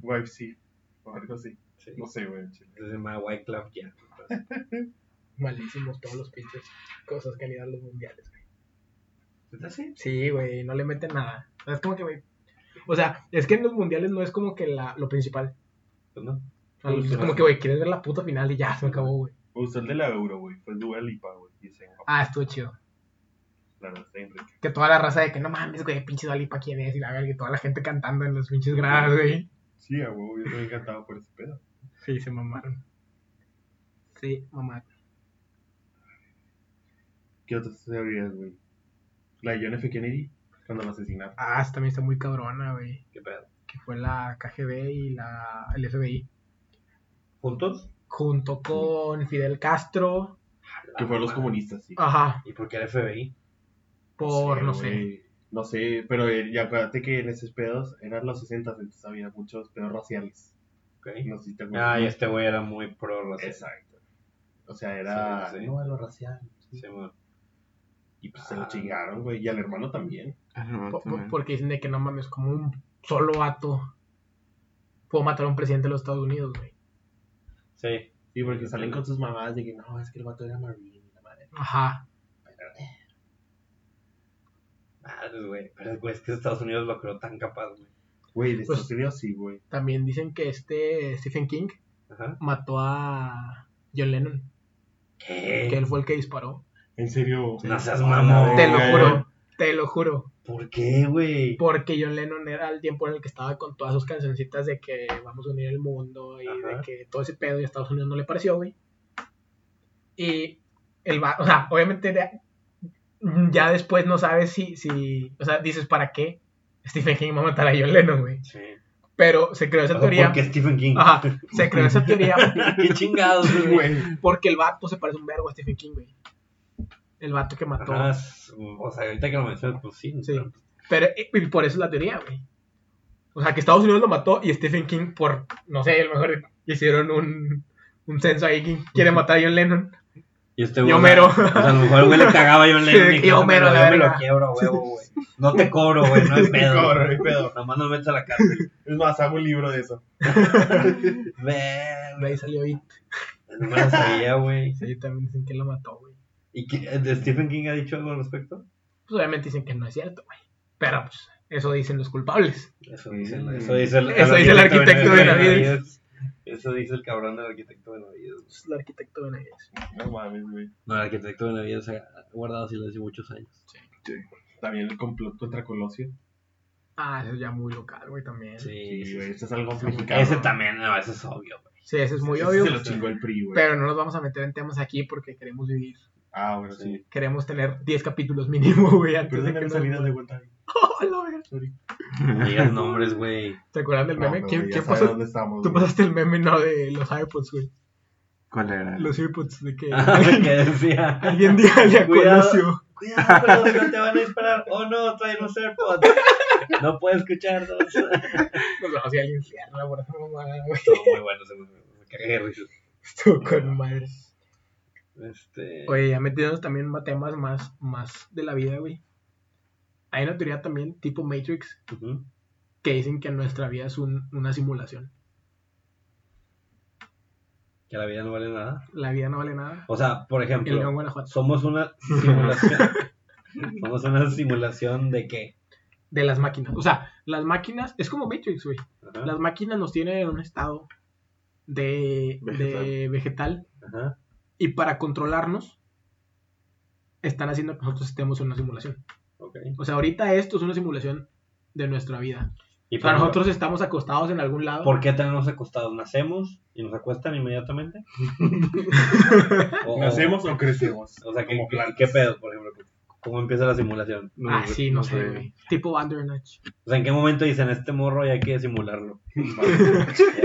Speaker 2: Güey, sí. O algo así.
Speaker 1: Sí,
Speaker 2: No sé, güey. en Chile.
Speaker 1: se llama Wyclef Jean.
Speaker 3: Malísimos todos los pinches cosas que le dan los mundiales, güey.
Speaker 1: ¿Entonces sí?
Speaker 3: Sí, güey, no le meten nada. Es como que, güey... O sea, es que en los mundiales no es como que la, lo principal.
Speaker 1: Pues no.
Speaker 3: O sea, es como que, güey, quieres ver la puta final y ya, se acabó, güey.
Speaker 2: Me gustó el de la Euro, güey. Fue el Dua Lipa, güey. Y ese,
Speaker 3: Ah, estuvo chido.
Speaker 2: la verdad, está bien rica.
Speaker 3: Que toda la raza de que no mames, güey, pinche Dalipa quién es y la verga, y toda la gente cantando en los pinches gradas, güey.
Speaker 2: Sí, a huevo, yo estoy encantado por ese pedo.
Speaker 3: Sí, se mamaron. Sí, mamá.
Speaker 2: ¿Qué otras teorías, güey? La de John F. Kennedy, cuando lo asesinaron.
Speaker 3: Ah, esta también está muy cabrona, güey.
Speaker 1: ¿Qué pedo?
Speaker 3: Que fue la KGB y la el FBI.
Speaker 1: ¿Juntos?
Speaker 3: Junto con Fidel Castro.
Speaker 2: Que fueron los comunistas, sí.
Speaker 3: Ajá.
Speaker 1: Ah, ¿Y por qué el FBI?
Speaker 3: Ah, Por
Speaker 2: Sí,
Speaker 3: no sé.
Speaker 2: güey. No sé, pero eh, y acuérdate que en esos pedos eran los 60, entonces había muchos pedos raciales.
Speaker 1: Ok.
Speaker 2: No sé si te acuerdas.
Speaker 1: Ah, y este güey era muy pro racista.
Speaker 2: Exacto. O sea, era.
Speaker 1: Sí, sí.
Speaker 2: No, a lo racial.
Speaker 1: Sí, bueno.
Speaker 2: Y pues se lo
Speaker 1: Ah.
Speaker 2: chingaron, güey. Y al hermano también.
Speaker 4: Ah, no,
Speaker 3: Po- po-
Speaker 4: también.
Speaker 3: porque dicen de que no mames, como un solo vato. Puedo matar a un presidente de los Estados Unidos, güey.
Speaker 1: Sí.
Speaker 2: Sí, porque salen con sus mamás de que no, es que el vato era Marine. La madre.
Speaker 3: Ajá.
Speaker 1: Madres, güey. Pero güey, es que Estados Unidos lo creó tan capaz, güey.
Speaker 2: Güey, de
Speaker 3: Pues-
Speaker 2: Estados Unidos sí, güey.
Speaker 3: También dicen que este Stephen King
Speaker 1: Ajá.
Speaker 3: mató a John Lennon.
Speaker 1: ¿Qué?
Speaker 3: Que él fue el que disparó.
Speaker 2: En serio.
Speaker 1: No seas
Speaker 2: Ah,
Speaker 1: mamón.
Speaker 3: Te lo
Speaker 2: güey.
Speaker 3: juro, te lo juro.
Speaker 1: ¿Por qué, güey?
Speaker 3: Porque John Lennon era el tiempo en el que estaba con todas sus cancioncitas de que vamos a unir el mundo y
Speaker 1: Ajá.
Speaker 3: de que todo ese pedo y a Estados Unidos no le pareció, güey. Y el va, o sea, obviamente de- ya después no sabes si, si, o sea, dices para qué Stephen King va a matar a John Lennon, güey.
Speaker 1: Sí.
Speaker 3: Pero se creó esa
Speaker 1: Porque
Speaker 3: teoría.
Speaker 1: ¿Por qué Stephen King?
Speaker 3: Ajá, se creó esa teoría
Speaker 1: qué chingados, güey.
Speaker 2: Güey.
Speaker 3: porque el vato se parece un vergo a Stephen King, güey. El vato que mató.
Speaker 1: Ajá, s- o sea, ahorita que lo mencionas, pues sí.
Speaker 3: Sí.
Speaker 1: pero-
Speaker 3: Pero eh, y por eso es la teoría, güey. O sea, que Estados Unidos lo mató y Stephen King, por, no sé, a lo mejor hicieron un, un censo ahí que quiere matar a John Lennon.
Speaker 1: Y este
Speaker 3: Y
Speaker 1: güey,
Speaker 3: Homero.
Speaker 1: o sea, a lo mejor güey le cagaba yo
Speaker 3: Sí,
Speaker 1: le
Speaker 3: y Homero, la
Speaker 1: me lo
Speaker 3: verga".
Speaker 1: quiebro, güey, güey. No te cobro, güey, no hay pedo.
Speaker 2: No, no hay
Speaker 1: güey.
Speaker 2: pedo.
Speaker 1: Nomás nos metes a la cárcel.
Speaker 2: Es más, hago un libro de eso.
Speaker 1: Verga,
Speaker 3: De ahí salió It.
Speaker 1: No me lo sabía, güey.
Speaker 3: Sí, también dicen que lo mató, güey.
Speaker 1: ¿Y qué, de Stephen King ha dicho algo al respecto?
Speaker 3: Pues obviamente dicen que no es cierto, güey. Pero pues eso dicen los culpables.
Speaker 1: Eso
Speaker 4: Mm.
Speaker 1: dice, eso dice, el,
Speaker 3: Eso dice el arquitecto de Benavides.
Speaker 1: Eso dice el cabrón del arquitecto de Navidad.
Speaker 3: Pues, el arquitecto de Navidez.
Speaker 2: No mames, güey.
Speaker 1: No, el arquitecto de Navidad se ha guardado silencio muchos años.
Speaker 2: También el complot contra Colosio.
Speaker 3: Ah, eso es ya muy local, güey, también. Sí,
Speaker 1: Sí,
Speaker 2: Sí,
Speaker 1: sí,
Speaker 2: güey,
Speaker 1: sí.
Speaker 2: este es algo
Speaker 3: Ese
Speaker 2: mexicano.
Speaker 1: Ese también, no, ese es obvio, güey.
Speaker 3: eso es muy
Speaker 2: Ese
Speaker 3: obvio.
Speaker 2: Se lo chingó el PRI, güey.
Speaker 3: Pero no nos vamos a meter en temas aquí porque queremos vivir.
Speaker 2: Ah, bueno, sí.
Speaker 3: Queremos tener 10 capítulos mínimo, güey. Antes
Speaker 2: Pero
Speaker 3: de
Speaker 2: es
Speaker 3: que
Speaker 2: que
Speaker 3: nos-
Speaker 2: salidas de vuelta.
Speaker 3: Oh, la verga.
Speaker 2: Sorry.
Speaker 1: No digas nombres, güey.
Speaker 3: ¿Te acuerdas del
Speaker 2: No,
Speaker 3: meme?
Speaker 2: no,
Speaker 3: ¿Quién,
Speaker 2: ya
Speaker 3: quién
Speaker 2: sabes
Speaker 3: pasó?
Speaker 2: dónde estamos,
Speaker 3: Tú
Speaker 2: güey.
Speaker 3: pasaste el meme, no, de los iPods, güey.
Speaker 4: ¿Cuál era?
Speaker 3: Los iPods, de que
Speaker 1: ¿Qué decía?
Speaker 3: alguien dígale a
Speaker 1: Cuidado.
Speaker 3: Colosio.
Speaker 1: Cuidado, Colosio, te van a disparar. Oh no, trae los AirPods. No puedo escucharlos.
Speaker 3: Nos vamos a ir al infierno por esa mamada, güey.
Speaker 1: Estuvo muy bueno, se me, me cagué de risa.
Speaker 3: Estuvo con madre.
Speaker 1: Este.
Speaker 3: Oye, ya metiéndonos también en temas más, más de la vida, güey. Hay una teoría también, tipo Matrix,
Speaker 1: ujú.
Speaker 3: que dicen que nuestra vida es un- una simulación.
Speaker 1: Que la vida no vale nada.
Speaker 3: La vida no vale nada.
Speaker 1: O sea, por
Speaker 3: El León
Speaker 1: ejemplo,
Speaker 3: Guanajuato.
Speaker 1: somos una simulación. somos una simulación de qué?
Speaker 3: De las máquinas. O sea, las máquinas. Es como Matrix, güey.
Speaker 1: Ajá,
Speaker 3: Las máquinas nos tienen en un estado de de vegetal.
Speaker 1: ajá.
Speaker 3: Y para controlarnos, están haciendo que nosotros estemos en una simulación.
Speaker 1: Ok.
Speaker 3: O sea, ahorita esto es una simulación de nuestra vida.
Speaker 1: Y
Speaker 3: O sea,
Speaker 1: por-
Speaker 3: nosotros estamos acostados en algún lado.
Speaker 1: ¿Por qué tenemos acostados? ¿Nacemos y nos acuestan inmediatamente? O- o-
Speaker 2: ¿Nacemos o crecemos?
Speaker 1: O sea, ¿qué,
Speaker 2: Como
Speaker 1: qué-
Speaker 2: plantas.
Speaker 1: qué pedo, por ejemplo? ¿Cómo empieza la simulación?
Speaker 3: ah, sí, no, sé, güey. Tipo Bandersnatch.
Speaker 1: O sea, ¿en qué momento dicen este morro ya hay que simularlo?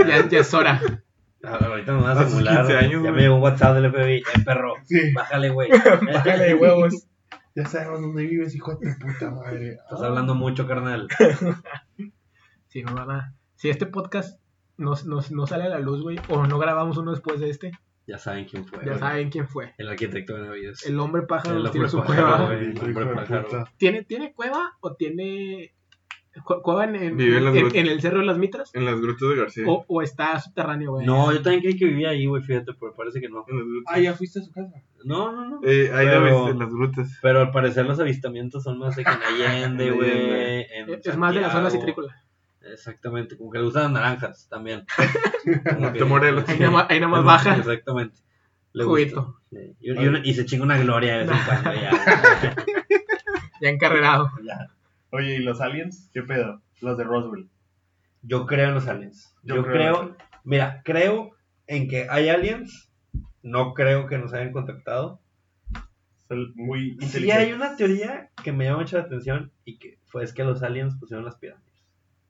Speaker 3: Ya, ya es hora.
Speaker 1: A ver, ahorita me van
Speaker 4: A
Speaker 1: a
Speaker 4: sus
Speaker 1: simular.
Speaker 4: 15 años,
Speaker 1: ya
Speaker 4: güey.
Speaker 1: me llegó un WhatsApp del FBI. Eh, perro,
Speaker 2: Sí,
Speaker 1: bájale, güey.
Speaker 3: Bájale de huevos.
Speaker 2: ya sabemos dónde vives, hijo de tu puta madre.
Speaker 1: Estás hablando mucho, carnal.
Speaker 3: Si no, nada. Si este podcast no, no- no sale a la luz, güey, o no grabamos uno después de este,
Speaker 1: Ya saben quién fue.
Speaker 3: ya
Speaker 1: güey.
Speaker 3: saben quién fue.
Speaker 1: El arquitecto de Navidad.
Speaker 3: El hombre pájaro
Speaker 1: El
Speaker 3: nos tiene
Speaker 1: hombre
Speaker 3: su
Speaker 1: pájaro,
Speaker 3: cueva.
Speaker 1: güey.
Speaker 2: Ah, Hijo de
Speaker 1: Hombre pájaro.
Speaker 2: puta.
Speaker 3: ¿Tiene, ¿Tiene cueva o tiene cu- cueva en, en-
Speaker 4: Vive en las
Speaker 3: en-
Speaker 4: grutas.
Speaker 3: en el Cerro de las Mitras?
Speaker 4: En las grutas de García.
Speaker 3: O, o está subterráneo, güey?
Speaker 1: No, yo también creí que vivía ahí, güey, fíjate, pero parece que no.
Speaker 4: En las grutas.
Speaker 2: Ah, ya fuiste a su casa.
Speaker 1: No, no, no.
Speaker 4: Eh, ahí la
Speaker 1: Pero-
Speaker 4: ves, en las grutas.
Speaker 1: Pero al parecer los avistamientos son más de que en Allende, güey. en
Speaker 3: Es es más de la zona
Speaker 1: Santiago.
Speaker 3: citrícola.
Speaker 1: Exactamente, como que le gustan las naranjas también. Como que-
Speaker 4: De Morelos.
Speaker 3: Ahí
Speaker 1: Sí.
Speaker 3: nada más, ahí nada más
Speaker 1: Sí,
Speaker 3: baja.
Speaker 1: Exactamente. Le
Speaker 3: Juguito.
Speaker 1: gusta. Sí. Y, y una- y se chinga una gloria de vez en cuando. Ya,
Speaker 3: Ya encarrerado.
Speaker 1: Ya.
Speaker 2: Oye, ¿y los aliens? ¿Qué pedo? Los de Roswell.
Speaker 1: Yo creo en los aliens. Yo, creo, mira, creo en que hay aliens. No creo que nos hayan contactado.
Speaker 2: Son muy
Speaker 1: Sí hay
Speaker 2: inteligentes.
Speaker 1: una teoría que me llama mucho la atención y que fue es que los aliens pusieron las pirámides.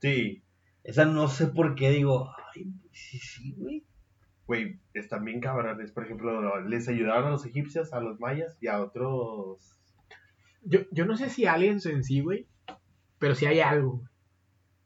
Speaker 2: Sí,
Speaker 1: Esa no sé por qué digo, ay, pues, sí, sí, güey.
Speaker 2: güey, están bien cabrones. Por ejemplo, les ayudaron a los egipcios, a los mayas y a otros.
Speaker 3: Yo, yo no sé si aliens en sí, güey, pero sí hay algo. güey.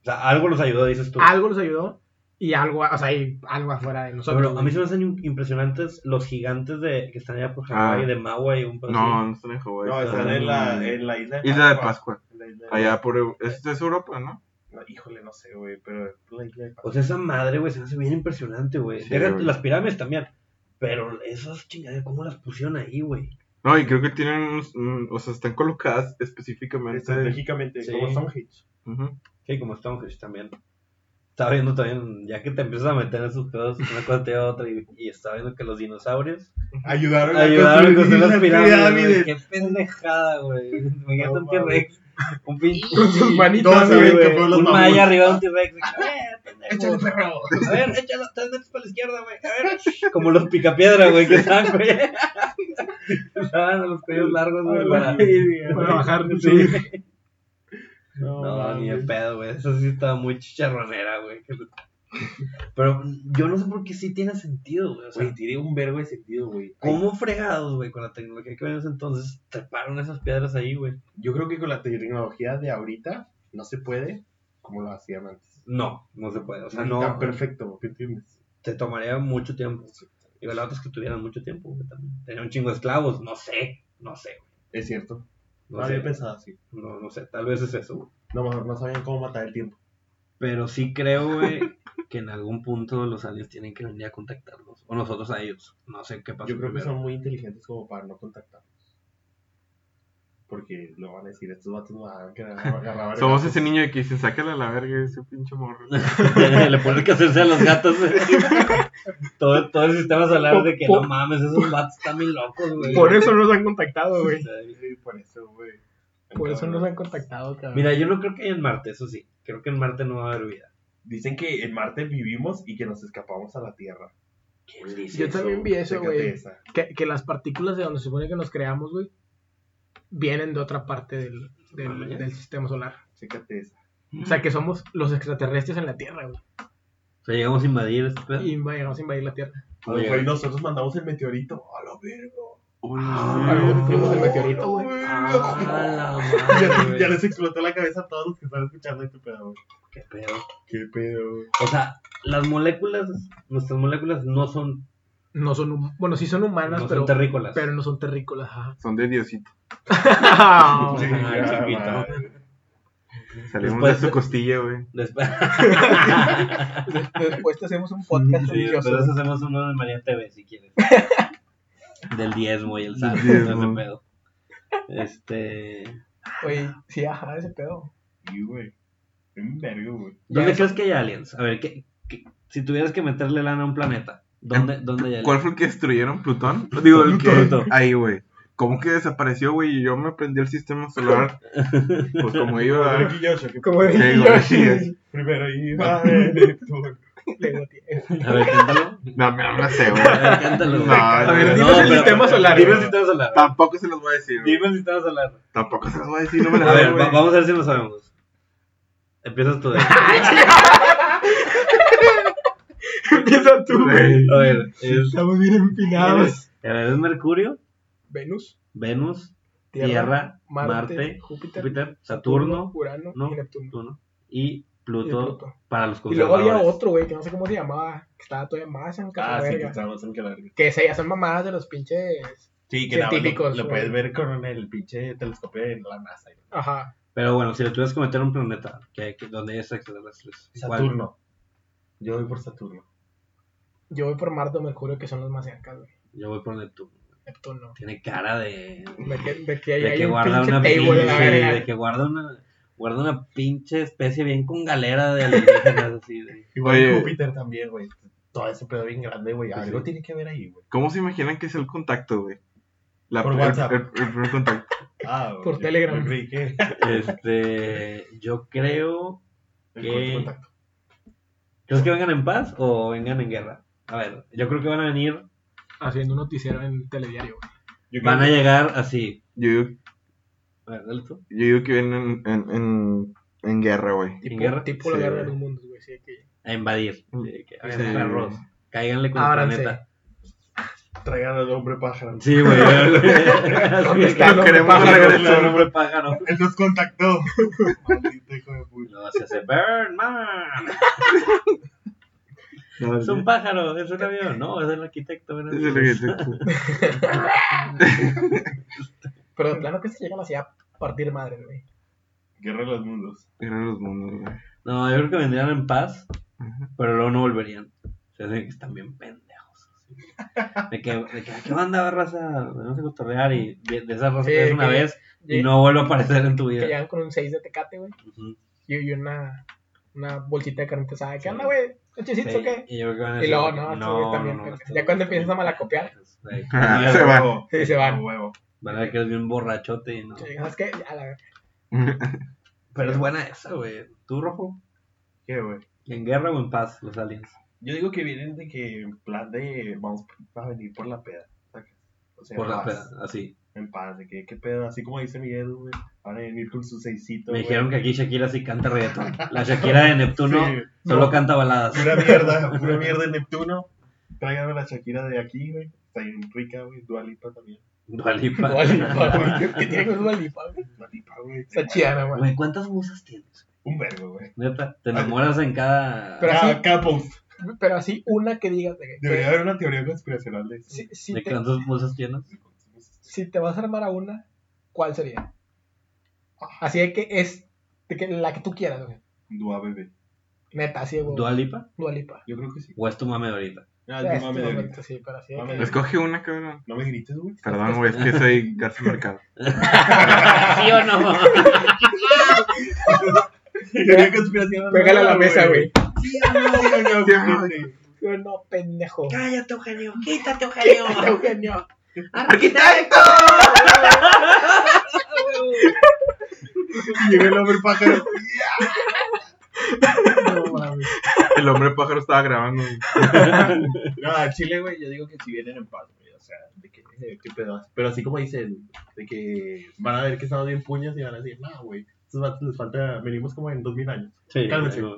Speaker 1: O sea, algo los ayudó, dices tú.
Speaker 3: Algo los ayudó y algo, o sea, hay algo afuera de nosotros.
Speaker 1: Pero a mí
Speaker 3: güey.
Speaker 1: se me hacen impresionantes los gigantes de que están allá por Hawái,
Speaker 4: Ah.
Speaker 1: de Maui y un pedo
Speaker 4: No,
Speaker 1: así.
Speaker 4: no están en Hawái.
Speaker 2: No, están en la, en la isla de
Speaker 4: Pues, ah, mm, Isla de Pascua.
Speaker 2: En la isla de-
Speaker 4: Allá por... Eu- Esto es Europa, ¿no?
Speaker 2: No, híjole, no sé, güey, pero la isla de Pascua.
Speaker 1: O sea, esa madre, güey, se me hace bien impresionante, güey.
Speaker 4: Sí,
Speaker 1: Deja
Speaker 4: güey.
Speaker 1: las pirámides también. Pero esas chingaderas, ¿cómo las pusieron ahí, güey?
Speaker 4: No, y creo que tienen unos... mm, O sea, están colocadas Pues, específicamente...
Speaker 2: este, Estratégicamente,
Speaker 1: Sí.
Speaker 2: como Stonehenge.
Speaker 4: Ujú.
Speaker 1: Sí, como Stonehenge también. Estaba viendo también, ya que te empiezas a meter en esos pedos, una cosa te lleva a otra, y, y estaba viendo que los dinosaurios
Speaker 2: Ayudaron
Speaker 1: ayudaron a construir las pirámides. güey. Qué pendejada, güey. Imagínate un T-Rex, un pinche.
Speaker 3: Con sus manitas,
Speaker 2: No, sí,
Speaker 3: güey.
Speaker 2: güey, que fue los
Speaker 1: Un
Speaker 2: mamuts.
Speaker 1: maya arriba de un T-Rex. A ver, pendejo.
Speaker 3: perro.
Speaker 1: A ver, échalo, tres metros para la izquierda, güey. A ver. Como los picapiedra, güey, que estaban, güey. Estaban a los cuellos largos, Ah, güey. para-
Speaker 3: Para bajar.
Speaker 1: Sí.
Speaker 3: sí.
Speaker 1: No, ni de pedo, güey. Eso sí estaba muy chicharronera, güey. Pero yo no sé por qué sí tiene sentido, güey. O sea,
Speaker 2: Güey, tiene un verbo de sentido, güey.
Speaker 1: ¿cómo fregados, güey, con la tecnología que venimos entonces, treparon esas piedras ahí, güey?
Speaker 2: Yo creo que con la tecnología de ahorita no se puede como lo hacían antes.
Speaker 1: No, no se puede. O sea,
Speaker 2: Ni
Speaker 1: no.
Speaker 2: Tan perfecto, ¿qué entiendes?
Speaker 1: Te tomaría mucho tiempo. Digo, la otra es que tuvieran mucho tiempo, güey, también. Tenían un chingo de esclavos, no sé, no sé, güey.
Speaker 2: Es cierto. No,
Speaker 1: No,
Speaker 2: había
Speaker 1: sé,
Speaker 2: pensado así.
Speaker 1: no, no sé, tal vez es eso, güey.
Speaker 2: No, mejor no sabían cómo matar el tiempo.
Speaker 1: Pero sí creo, güey, que en algún punto los aliens tienen que venir a contactarnos. O nosotros a ellos. No sé qué pasó
Speaker 2: Yo creo que
Speaker 1: primero.
Speaker 2: son muy inteligentes como para no contactarnos. Porque lo van a decir, estos vatos me van a querer agarrar.
Speaker 4: Somos ese niño que dice, sácala a la verga ese pinche morro.
Speaker 1: Le ponen que hacerse a los gatos, güey. todo, todo el sistema solar de que no mames, esos vatos están bien locos, güey.
Speaker 3: Por eso nos han contactado, güey.
Speaker 2: Sí, por eso, güey.
Speaker 3: Por eso nos
Speaker 2: Entonces,
Speaker 3: han contactado, cabrón.
Speaker 1: Mira, yo no creo que haya en Marte, eso sí. Creo que en Marte no va a haber vida.
Speaker 2: Dicen que en Marte vivimos y que nos escapamos a la Tierra.
Speaker 1: ¿Quién dice
Speaker 3: Yo
Speaker 1: eso?
Speaker 3: también vi eso,
Speaker 2: Chécate
Speaker 3: güey.
Speaker 2: esa.
Speaker 3: Que, que las partículas de donde se supone que nos creamos, güey, vienen de otra parte del,
Speaker 1: Ah,
Speaker 3: del, del sistema solar.
Speaker 2: Chécate esa.
Speaker 3: O sea, que somos los extraterrestres en la Tierra, güey.
Speaker 1: O sea, llegamos a invadir este pedo.
Speaker 3: Y llegamos a invadir la Tierra.
Speaker 2: Ah,
Speaker 1: Oye.
Speaker 2: güey, nosotros mandamos el meteorito. A la verga.
Speaker 4: Uy,
Speaker 1: Ah,
Speaker 4: no.
Speaker 1: güey, fuimos el
Speaker 3: meteorito,
Speaker 2: A la
Speaker 3: güey.
Speaker 2: verga.
Speaker 1: Ah, la madre,
Speaker 2: ya,
Speaker 1: güey.
Speaker 2: ya les explotó la cabeza a todos los que están escuchando este pedo. güey.
Speaker 1: Qué pedo.
Speaker 2: Qué pedo, güey.
Speaker 1: O sea, las moléculas, nuestras moléculas no son,
Speaker 3: No son, hum- bueno, sí son
Speaker 1: no
Speaker 3: humanas,
Speaker 1: son
Speaker 3: pero,
Speaker 1: terrícolas.
Speaker 3: pero no son terrícolas. ajá.
Speaker 4: Son de Diosito.
Speaker 2: Sí,
Speaker 1: Ah,
Speaker 2: ya,
Speaker 1: chiquito.
Speaker 2: madre.
Speaker 4: Salimos
Speaker 1: Después
Speaker 4: de
Speaker 1: de-
Speaker 4: su costilla, güey.
Speaker 1: Después,
Speaker 3: Después te hacemos un podcast
Speaker 1: Sí,
Speaker 3: religioso.
Speaker 1: después hacemos uno de María TV si quieres. Del diezmo y el sábado,
Speaker 4: Del diezmo.
Speaker 1: ese pedo. Este.
Speaker 3: Oye, sí, ajá, ese pedo.
Speaker 2: Y, güey. Un vergo, güey.
Speaker 1: ¿Dónde
Speaker 3: Ya.
Speaker 1: crees que hay aliens? A ver, ¿qué, qué- si tuvieras que meterle lana a un planeta, ¿dónde, dónde hay aliens?
Speaker 4: ¿Cuál fue el que destruyeron? ¿Plutón? Digo, el que.
Speaker 1: Plutón.
Speaker 4: Ahí, güey. ¿Cómo que desapareció, güey? Y yo me aprendí el sistema solar. Pues como iba.
Speaker 2: Primero Yoshi, que
Speaker 3: Como
Speaker 4: Sí,
Speaker 3: dije
Speaker 4: güey,
Speaker 3: yo,
Speaker 4: sí es.
Speaker 2: primero iba eh, Neptuno.
Speaker 3: le goteé.
Speaker 1: A ver, cántalo.
Speaker 4: No, me no sé, güey.
Speaker 1: A ver, cántalo.
Speaker 4: No,
Speaker 1: güey.
Speaker 4: a
Speaker 3: ver, dime el
Speaker 1: pero-
Speaker 3: sistema solar,
Speaker 1: Dime
Speaker 2: güey.
Speaker 1: el sistema solar.
Speaker 4: Tampoco se los voy a decir. güey.
Speaker 1: Dime el sistema solar.
Speaker 4: Tampoco se los voy a decir, no me
Speaker 1: A
Speaker 4: la
Speaker 1: ver, va-
Speaker 4: doy, güey.
Speaker 1: vamos a ver si lo sabemos. Empiezas tú. Dave.
Speaker 3: Empieza tú, güey.
Speaker 4: Güey.
Speaker 1: A ver, es,
Speaker 3: Estamos bien empinados.
Speaker 1: a ver, es Mercurio,
Speaker 3: Venus,
Speaker 1: Venus,
Speaker 3: Tierra,
Speaker 1: Tierra,
Speaker 3: Marte,
Speaker 1: Marte,
Speaker 3: Júpiter,
Speaker 1: Júpiter, Saturno,
Speaker 3: Urano
Speaker 1: ¿no?
Speaker 3: y Neptuno.
Speaker 1: Neptuno y Pluto,
Speaker 3: Y Pluto.
Speaker 1: para los
Speaker 3: Y luego
Speaker 1: conservadores.
Speaker 3: había otro, güey, que no sé cómo se llamaba, que estaba todavía más en casa
Speaker 2: Ah, sí, que
Speaker 3: verga.
Speaker 2: estábamos en que la verga.
Speaker 3: que se ya son mamadas de los pinches.
Speaker 2: Sí, que nada, lo,
Speaker 3: Científicos,
Speaker 2: lo
Speaker 3: güey.
Speaker 2: puedes ver con el pinche telescopio de la NASA. güey.
Speaker 3: Ajá.
Speaker 1: Pero bueno, si le tuvieras que meter un planeta que, que- donde hay extraterrestres, ¿cuál?
Speaker 2: Saturno. Yo voy por Saturno.
Speaker 3: Yo voy por Marte o Mercurio, que son los más cerca, güey.
Speaker 1: Yo voy por Neptuno.
Speaker 3: Neptuno.
Speaker 1: Tiene cara de,
Speaker 3: De que, de que ahí
Speaker 1: de
Speaker 3: hay
Speaker 1: que
Speaker 3: un
Speaker 1: guarda
Speaker 3: pinche
Speaker 1: una
Speaker 3: table, la
Speaker 1: pinche, de
Speaker 3: verga.
Speaker 1: que guarda una guarda una pinche especie bien con galera de alienígenas así. de-
Speaker 2: Igual
Speaker 4: Oye.
Speaker 2: Júpiter también, güey. Todo ese pedo bien grande, güey. Algo
Speaker 4: sí.
Speaker 2: tiene que ver ahí, güey.
Speaker 4: ¿Cómo se imaginan que es el contacto, güey? La
Speaker 2: Por
Speaker 4: el-
Speaker 2: WhatsApp.
Speaker 4: El, el primer contacto.
Speaker 2: Ah, güey.
Speaker 3: Por
Speaker 2: yo-
Speaker 3: Telegram.
Speaker 2: yo creí que-
Speaker 1: Este, yo creo,
Speaker 2: el
Speaker 1: ¿Qué?
Speaker 2: contacto.
Speaker 1: ¿crees que vengan en paz o vengan en guerra? A ver, yo creo que van a venir,
Speaker 3: Haciendo un noticiero en telediario, güey.
Speaker 2: Yo creo
Speaker 1: van a
Speaker 2: que-
Speaker 1: llegar así.
Speaker 4: Yo digo,
Speaker 1: A ver, dale tú.
Speaker 4: yo digo que vienen en, en, en, en guerra, güey.
Speaker 1: ¿En
Speaker 3: Tipo,
Speaker 1: guerra?
Speaker 3: tipo la
Speaker 4: Sí,
Speaker 3: guerra de
Speaker 4: güey.
Speaker 3: los mundos, güey. Sí, que...
Speaker 1: A invadir. De que, A ver,
Speaker 4: Sí.
Speaker 1: perros, cáiganle con el
Speaker 3: Ábranse.
Speaker 1: planeta.
Speaker 2: Traigan al hombre pájaro.
Speaker 1: Sí, güey.
Speaker 3: ¿Dónde
Speaker 1: ¿Dónde
Speaker 3: está el hombre
Speaker 4: queremos
Speaker 1: pájaro?
Speaker 4: regresar.
Speaker 1: ¿Dónde está el hombre pájaro?
Speaker 2: Él nos contactó. Maldito hijo de puta.
Speaker 1: No, se hace Burn Man.
Speaker 4: No,
Speaker 1: Es un pájaro, es un avión. No, es el arquitecto. ven a
Speaker 4: es
Speaker 1: mí.
Speaker 4: el reggaetón.
Speaker 3: Pero de plano que se llegan así a partir madre, güey.
Speaker 2: Guerra de los mundos.
Speaker 4: Guerra de los mundos, güey.
Speaker 1: No, yo creo que vendrían en paz,
Speaker 4: Ajá.
Speaker 1: pero luego no volverían. Se hacen que están bien pendejos. así. De que, de que, ¿qué onda, raza? Vamos a cotorrear y de, de esa raza
Speaker 3: Sí,
Speaker 1: que es una
Speaker 3: que-
Speaker 1: vez y no vuelve a aparecer en tu
Speaker 3: Que
Speaker 1: vida.
Speaker 3: llegan con un 6 de tecate, güey.
Speaker 1: Ujú.
Speaker 3: Y, y una, una bolsita de carnita asada. ¿Qué
Speaker 1: Sí.
Speaker 3: onda, güey? ¿Un
Speaker 1: Sí, Ah,
Speaker 3: chisito o qué?
Speaker 1: y yo creo que van a
Speaker 3: Y
Speaker 1: decir,
Speaker 3: luego, no, estos güey también, pero- ya cuando empiezas a malacopiar.
Speaker 1: Sí, sí,
Speaker 4: Ah,
Speaker 1: sí.
Speaker 4: se van.
Speaker 2: Huevo.
Speaker 3: Sí, se van.
Speaker 2: Huevo.
Speaker 1: Van a ver que eres bien borrachote y no.
Speaker 3: Sí, ¿Sabes qué? A la
Speaker 1: Pero es buena esa, güey. ¿Tú, Rojo?
Speaker 2: ¿Qué, güey?
Speaker 1: ¿En guerra o en paz los aliens?
Speaker 2: Yo digo que vienen de que en plan de vamos a venir por la peda. ¿sacas? O sea,
Speaker 1: Por
Speaker 2: en
Speaker 1: la
Speaker 2: paz,
Speaker 1: peda, así.
Speaker 2: En paz, de que qué pedo, así como dice Miguel, güey. Van a venir con su seisito.
Speaker 1: Me
Speaker 2: güey.
Speaker 1: dijeron que aquí Shakira sí canta reggaetón. La Shakira de Neptuno
Speaker 2: Sí,
Speaker 1: solo
Speaker 2: no.
Speaker 1: canta baladas.
Speaker 2: Pura mierda, pura mierda en Neptuno. Tráiganme la Shakira de aquí, güey. Está bien rica, güey. Dualipa también.
Speaker 1: Dua Lipa.
Speaker 3: Dua Lipa, güey. ¿Qué- ¿Qué tiene que ver Dua Lipa, güey?
Speaker 2: Dualipa, güey.
Speaker 3: Está chida, güey.
Speaker 1: Güey, ¿cuántas musas tienes?
Speaker 2: Un verbo, güey.
Speaker 1: Neta, te enamoras en cada...
Speaker 3: Pero
Speaker 2: Cada-
Speaker 3: así-
Speaker 2: cada post.
Speaker 3: Pero así una que digas de que-
Speaker 2: Debería haber una teoría conspiracional de eso.
Speaker 3: si, si
Speaker 1: ¿De
Speaker 3: te,
Speaker 1: cuántas musas tienes?
Speaker 3: si te vas a armar a una, ¿cuál sería? Así de que es de que la que tú quieras, güey.
Speaker 2: Dua bebé.
Speaker 3: Neta, así de güey.
Speaker 1: ¿Dualipa?
Speaker 3: Dualipa.
Speaker 2: Yo creo que sí.
Speaker 1: ¿O es tu mame de ahorita?
Speaker 2: Ah, no, mame, de ahorita.
Speaker 3: sí, pero así de
Speaker 2: Mame
Speaker 3: que-
Speaker 2: de-
Speaker 4: Escoge una, cabrón.
Speaker 2: no me grites, güey.
Speaker 4: Perdón, güey, es que soy García Mercado.
Speaker 1: ¿Sí o no?
Speaker 2: Teoría conspiracional. Este,
Speaker 3: Pégale a la mesa, güey.
Speaker 2: Sí, no, no, no, güey.
Speaker 3: Yo no, pendejo.
Speaker 1: Cállate, Eugenio. Quítate, Eugenio.
Speaker 3: Eugenio.
Speaker 1: ¡Arquitecto!
Speaker 2: Llega el hombre pájaro.
Speaker 3: No mames.
Speaker 4: El hombre pájaro estaba grabando. güey.
Speaker 2: No, al Chile, güey, yo digo que si vienen en paz, güey. O sea, de que, eh, qué pedo. Pero así como dicen, de que van a ver que estamos bien puños y van a decir, no, güey, estos vatos les falta, venimos como en 2000 años.
Speaker 1: Sí,
Speaker 2: Cálmense.
Speaker 1: no.